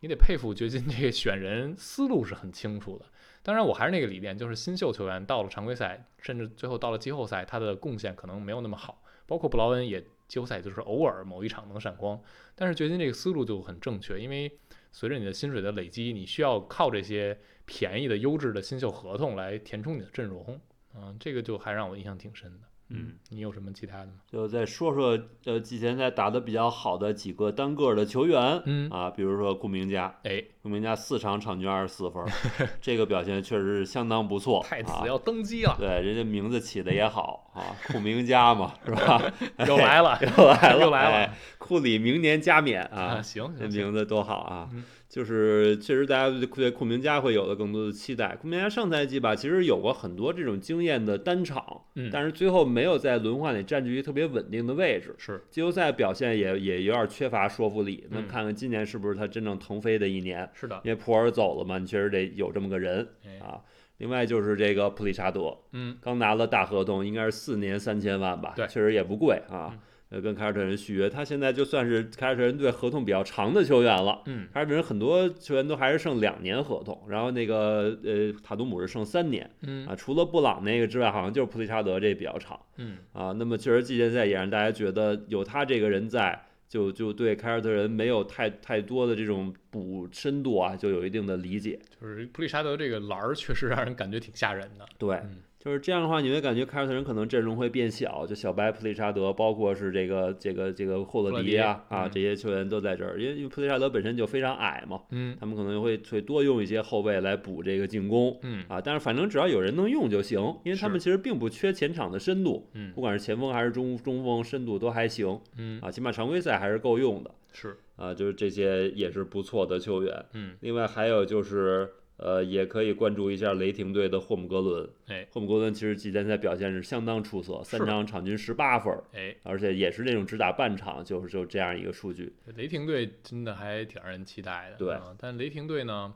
Speaker 1: 你得佩服掘金这个选人思路是很清楚的。当然，我还是那个理念，就是新秀球员到了常规赛，甚至最后到了季后赛，他的贡献可能没有那么好。包括布劳恩也季后赛就是偶尔某一场能闪光，但是掘金这个思路就很正确，因为随着你的薪水的累积，你需要靠这些便宜的优质的新秀合同来填充你的阵容。嗯，这个就还让我印象挺深的。
Speaker 2: 嗯，
Speaker 1: 你有什么其他的吗？
Speaker 2: 就再说说呃季前赛打得比较好的几个单个的球员。
Speaker 1: 嗯，
Speaker 2: 啊，比如说顾明佳，
Speaker 1: 哎，
Speaker 2: 顾明佳四场场均二十四分儿， 这个表现确实是相当不错。
Speaker 1: 太子
Speaker 2: 啊
Speaker 1: 要登基了，
Speaker 2: 对，人家名字起的也好啊，库明加嘛，是吧？
Speaker 1: 又来了
Speaker 2: 又来了，
Speaker 1: 又来了
Speaker 2: 哎库里明年加冕啊，
Speaker 1: 行
Speaker 2: 这
Speaker 1: 行行，
Speaker 2: 名字多好啊
Speaker 1: 嗯！
Speaker 2: 就是确实大家对对库明加会有了更多的期待。库明加上赛季吧，其实有过很多这种惊艳的单场，
Speaker 1: 嗯，
Speaker 2: 但是最后没有在轮换里占据一个特别稳定的位置。
Speaker 1: 是
Speaker 2: 季后赛表现也也有点缺乏说服力，那
Speaker 1: 嗯
Speaker 2: 看看今年是不是他真正腾飞的一年？
Speaker 1: 是的，
Speaker 2: 因为普尔走了嘛，你确实得有这么个人
Speaker 1: 哎，
Speaker 2: 啊。另外就是这个普里查德，
Speaker 1: 嗯
Speaker 2: 刚拿了大合同，应该是四年三千万吧，
Speaker 1: 对
Speaker 2: 确实也不贵啊
Speaker 1: 嗯。
Speaker 2: 呃，跟凯尔特人续约，他现在就算是凯尔特人队合同比较长的球员了。
Speaker 1: 嗯
Speaker 2: 凯尔特人很多球员都还是剩两年合同，然后那个呃塔图姆是剩三年
Speaker 1: 嗯
Speaker 2: 啊，除了布朗那个之外，好像就是普利查德这比较长
Speaker 1: 嗯，
Speaker 2: 啊。那么确实季前赛也让大家觉得有他这个人在，就就对凯尔特人没有太太多的这种补深度啊，就有一定的理解。
Speaker 1: 就是普利沙德这个篮儿确实让人感觉挺吓人的，
Speaker 2: 对
Speaker 1: 嗯，
Speaker 2: 就是这样的话，你会感觉凯尔特人可能阵容会变小，就小白、普利沙德，包括是这个这个这个霍勒迪啊
Speaker 1: 霍勒迪
Speaker 2: 啊
Speaker 1: 嗯
Speaker 2: 这些球员都在这儿，因为因为普利沙德本身就非常矮嘛，
Speaker 1: 嗯
Speaker 2: 他们可能会会多用一些后卫来补这个进攻
Speaker 1: 嗯
Speaker 2: 啊，但是反正只要有人能用就行，因为他们
Speaker 1: 是
Speaker 2: 其实并不缺前场的深度，
Speaker 1: 嗯
Speaker 2: 不管是前锋还是中中锋，深度都还行
Speaker 1: 嗯，
Speaker 2: 啊啊，起码常规赛还是够用的
Speaker 1: 是，
Speaker 2: 啊，就是这些也是不错的球员。
Speaker 1: 嗯
Speaker 2: 另外还有就是呃，也可以关注一下雷霆队的霍姆格伦。
Speaker 1: 哎
Speaker 2: 霍姆格伦其实季前赛表现是相当出色，
Speaker 1: 是
Speaker 2: 三场场均十八分儿，
Speaker 1: 哎，
Speaker 2: 而且也是那种只打半场，就是就这样一个数据。
Speaker 1: 雷霆队真的还挺让人期待的，
Speaker 2: 对
Speaker 1: 啊但雷霆队呢，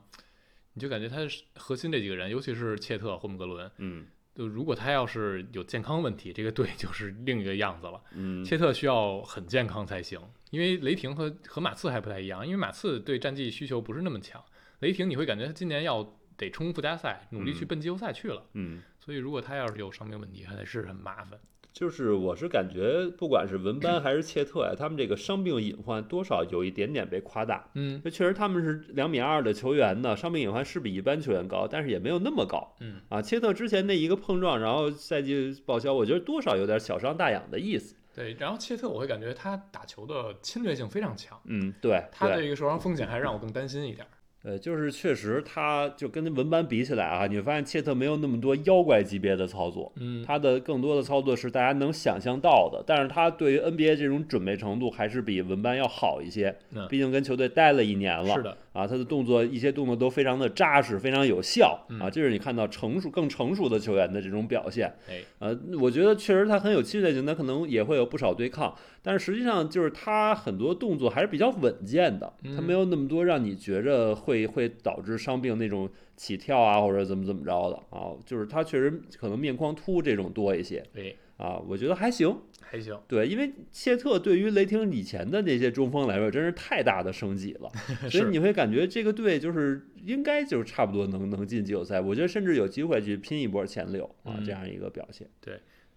Speaker 1: 你就感觉他是核心这几个人，尤其是切特、霍姆格伦，
Speaker 2: 嗯
Speaker 1: 就如果他要是有健康问题，这个队 就是另一个样子了。
Speaker 2: 嗯，
Speaker 1: 切特需要很健康才行，因为雷霆和和马刺还不太一样，因为马刺对战绩需求不是那么强，雷霆你会感觉他今年要得冲附加赛，努力去奔季后赛去了，
Speaker 2: 嗯，
Speaker 1: 所以如果他要是有伤病问题，还得是很麻烦。
Speaker 2: 就是我是感觉，不管是文班还是切特呀，他们这个伤病隐患多少有一点点被夸大。
Speaker 1: 嗯
Speaker 2: 就确实他们是两米二的球员呢，伤病隐患是比一般球员高，但是也没有那么高
Speaker 1: 嗯，
Speaker 2: 啊。切特之前那一个碰撞，然后赛季报销，我觉得多少有点小伤大养的意思。
Speaker 1: 对。然后切特我会感觉他打球的侵略性非常强，
Speaker 2: 嗯，对，
Speaker 1: 他
Speaker 2: 对
Speaker 1: 的一个受伤风险还让我更担心一点。
Speaker 2: 呃，就是确实，他就跟文班比起来啊，你会发现切特没有那么多妖怪级别的操作，
Speaker 1: 嗯，
Speaker 2: 他的更多的操作是大家能想象到的，但是他对于 NBA 这种准备程度还是比文班要好一些
Speaker 1: 嗯，
Speaker 2: 毕竟跟球队待了一年了，
Speaker 1: 是的，
Speaker 2: 啊，他的动作一些动作都非常的扎实，非常有效啊，
Speaker 1: 嗯
Speaker 2: 这是你看到成熟更成熟的球员的这种表现。
Speaker 1: 哎，
Speaker 2: 呃，我觉得确实他很有期待性，他可能也会有不少对抗，但是实际上就是他很多动作还是比较稳健的，
Speaker 1: 嗯
Speaker 2: 他没有那么多让你觉着会会导致伤病那种起跳啊或者怎么怎么着的啊，就是他确实可能面框突这种多一些
Speaker 1: 哎，
Speaker 2: 啊，我觉得还行。
Speaker 1: 还行，
Speaker 2: 对，因为切特对于雷霆以前的那些中锋来说，真是太大的升级 了，所以
Speaker 1: 是
Speaker 2: 你会感觉这个队就是应该就是差不多能能进季后赛，我觉得甚至有机会去拼一波前六啊，
Speaker 1: 嗯
Speaker 2: 这样一个表现。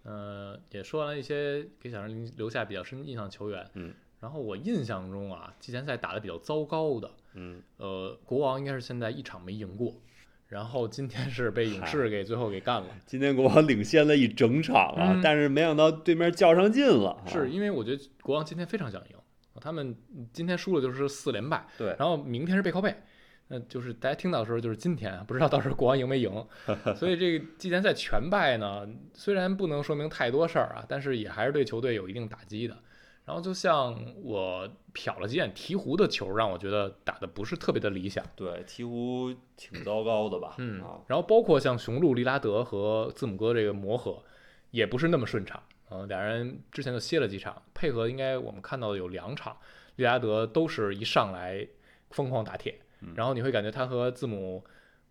Speaker 1: 呃，也说完了一些给小人留下比较深印象球员，
Speaker 2: 嗯，
Speaker 1: 然后我印象中啊，季前赛打得比较糟糕的，
Speaker 2: 嗯，
Speaker 1: 呃，国王应该是现在一场没赢过，然后今天是被勇士给最后给干了，
Speaker 2: 今天国王领先了一整场啊，
Speaker 1: 嗯
Speaker 2: 但是没想到对面较上劲了、啊，
Speaker 1: 是因为我觉得国王今天非常想赢，他们今天输了就是四连败，
Speaker 2: 对
Speaker 1: 然后明天是背靠背。那就是大家听到的时候，就是今天啊，不知道到时候国王赢没 赢。所以这个季前赛全败呢，虽然不能说明太多事儿啊，但是也还是对球队有一定打击的。然后就像我瞟了几眼鹈鹕的球，让我觉得打的不是特别的理想。
Speaker 2: 对，鹈鹕挺糟糕的吧？
Speaker 1: 嗯
Speaker 2: 啊，，
Speaker 1: 然后包括像雄鹿、利拉德和字母哥这个磨合，也不是那么顺畅。呃，俩人之前就歇了几场，配合应该我们看到有两场，利拉德都是一上来疯狂打铁，
Speaker 2: 嗯
Speaker 1: 然后你会感觉他和字母，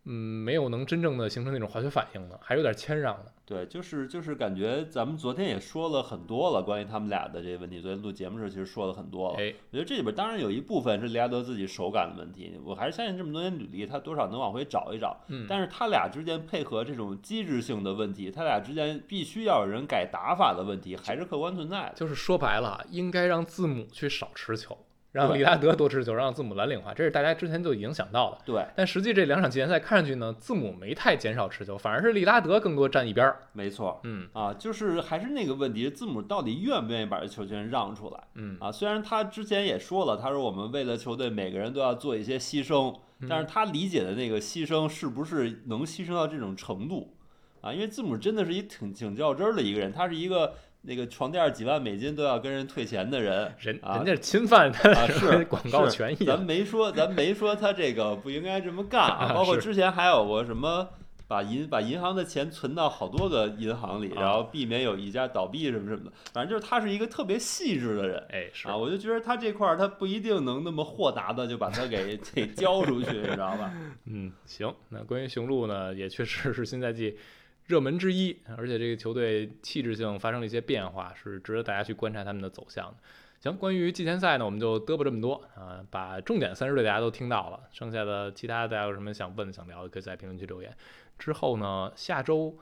Speaker 1: 嗯，没有能真正的形成那种化学反应呢，还有点谦让呢。
Speaker 2: 对，就是就是感觉咱们昨天也说了很多了，关于他们俩的这些问题，昨天录节目的时候其实说了很多了。
Speaker 1: 哎，
Speaker 2: 我觉得这里边当然有一部分是利拉德自己手感的问题，我还是相信这么多年履历，他多少能往回找一找。
Speaker 1: 嗯
Speaker 2: 但是他俩之间配合这种机制性的问题，他俩之间必须要有人改打法的问题，还是客观存在的。
Speaker 1: 就是说白了，应该让字母去少持球，让
Speaker 2: 对
Speaker 1: 利拉德多持球，让字母蓝领化，这是大家之前就已经想到的。
Speaker 2: 对，
Speaker 1: 但实际这两场季前赛看上去呢，字母没太减少持球，反而是利拉德更多站一边儿。
Speaker 2: 没错。
Speaker 1: 嗯
Speaker 2: 啊，就是还是那个问题，字母到底愿不愿意把这球权让出来
Speaker 1: 嗯，。
Speaker 2: 啊？虽然他之前也说了，他说我们为了球队每个人都要做一些牺牲，但是他理解的那个牺牲是不是能牺牲到这种程度啊？因为字母真的是一挺挺较真儿的一个人，他是一个那个床垫儿几万美金都要跟人退钱的人
Speaker 1: 人
Speaker 2: 啊
Speaker 1: 人家侵犯他
Speaker 2: 啊，
Speaker 1: 的什么
Speaker 2: 是
Speaker 1: 广告
Speaker 2: 是
Speaker 1: 权益啊，
Speaker 2: 咱没说，咱没说他这个不应该这么干
Speaker 1: 啊
Speaker 2: 包括
Speaker 1: 是
Speaker 2: 之前还有过什么，把银把银行的钱存到好多个银行里，
Speaker 1: 啊
Speaker 2: 然后避免有一家倒闭什么什么的。反正就是他是一个特别细致的人，
Speaker 1: 哎是
Speaker 2: 啊，我就觉得他这块儿他不一定能那么豁达的就把他给给交出去，你知道吧？
Speaker 1: 嗯行。那关于雄鹿呢，也确实是新赛季热门之一，而且这个球队气质性发生了一些变化，是值得大家去观察他们的走向的。行，关于季前赛呢，我们就嘚啵这么多啊，把重点三十队大家都听到了，剩下的其他大家有什么想问、想聊的，可以在评论区留言。之后呢，下周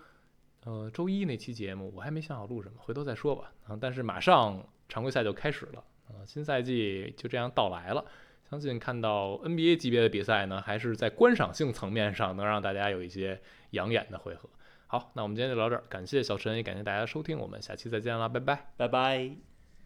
Speaker 1: 呃周一那期节目我还没想好录什么，回头再说吧。啊，但是马上常规赛就开始了啊，新赛季就这样到来了。相信看到 NBA 级别的比赛呢，还是在观赏性层面上能让大家有一些养眼的回合。好，那我们今天就聊这儿，感谢小陈，也感谢大家收听，我们下期再见啦，拜拜。
Speaker 2: 拜拜。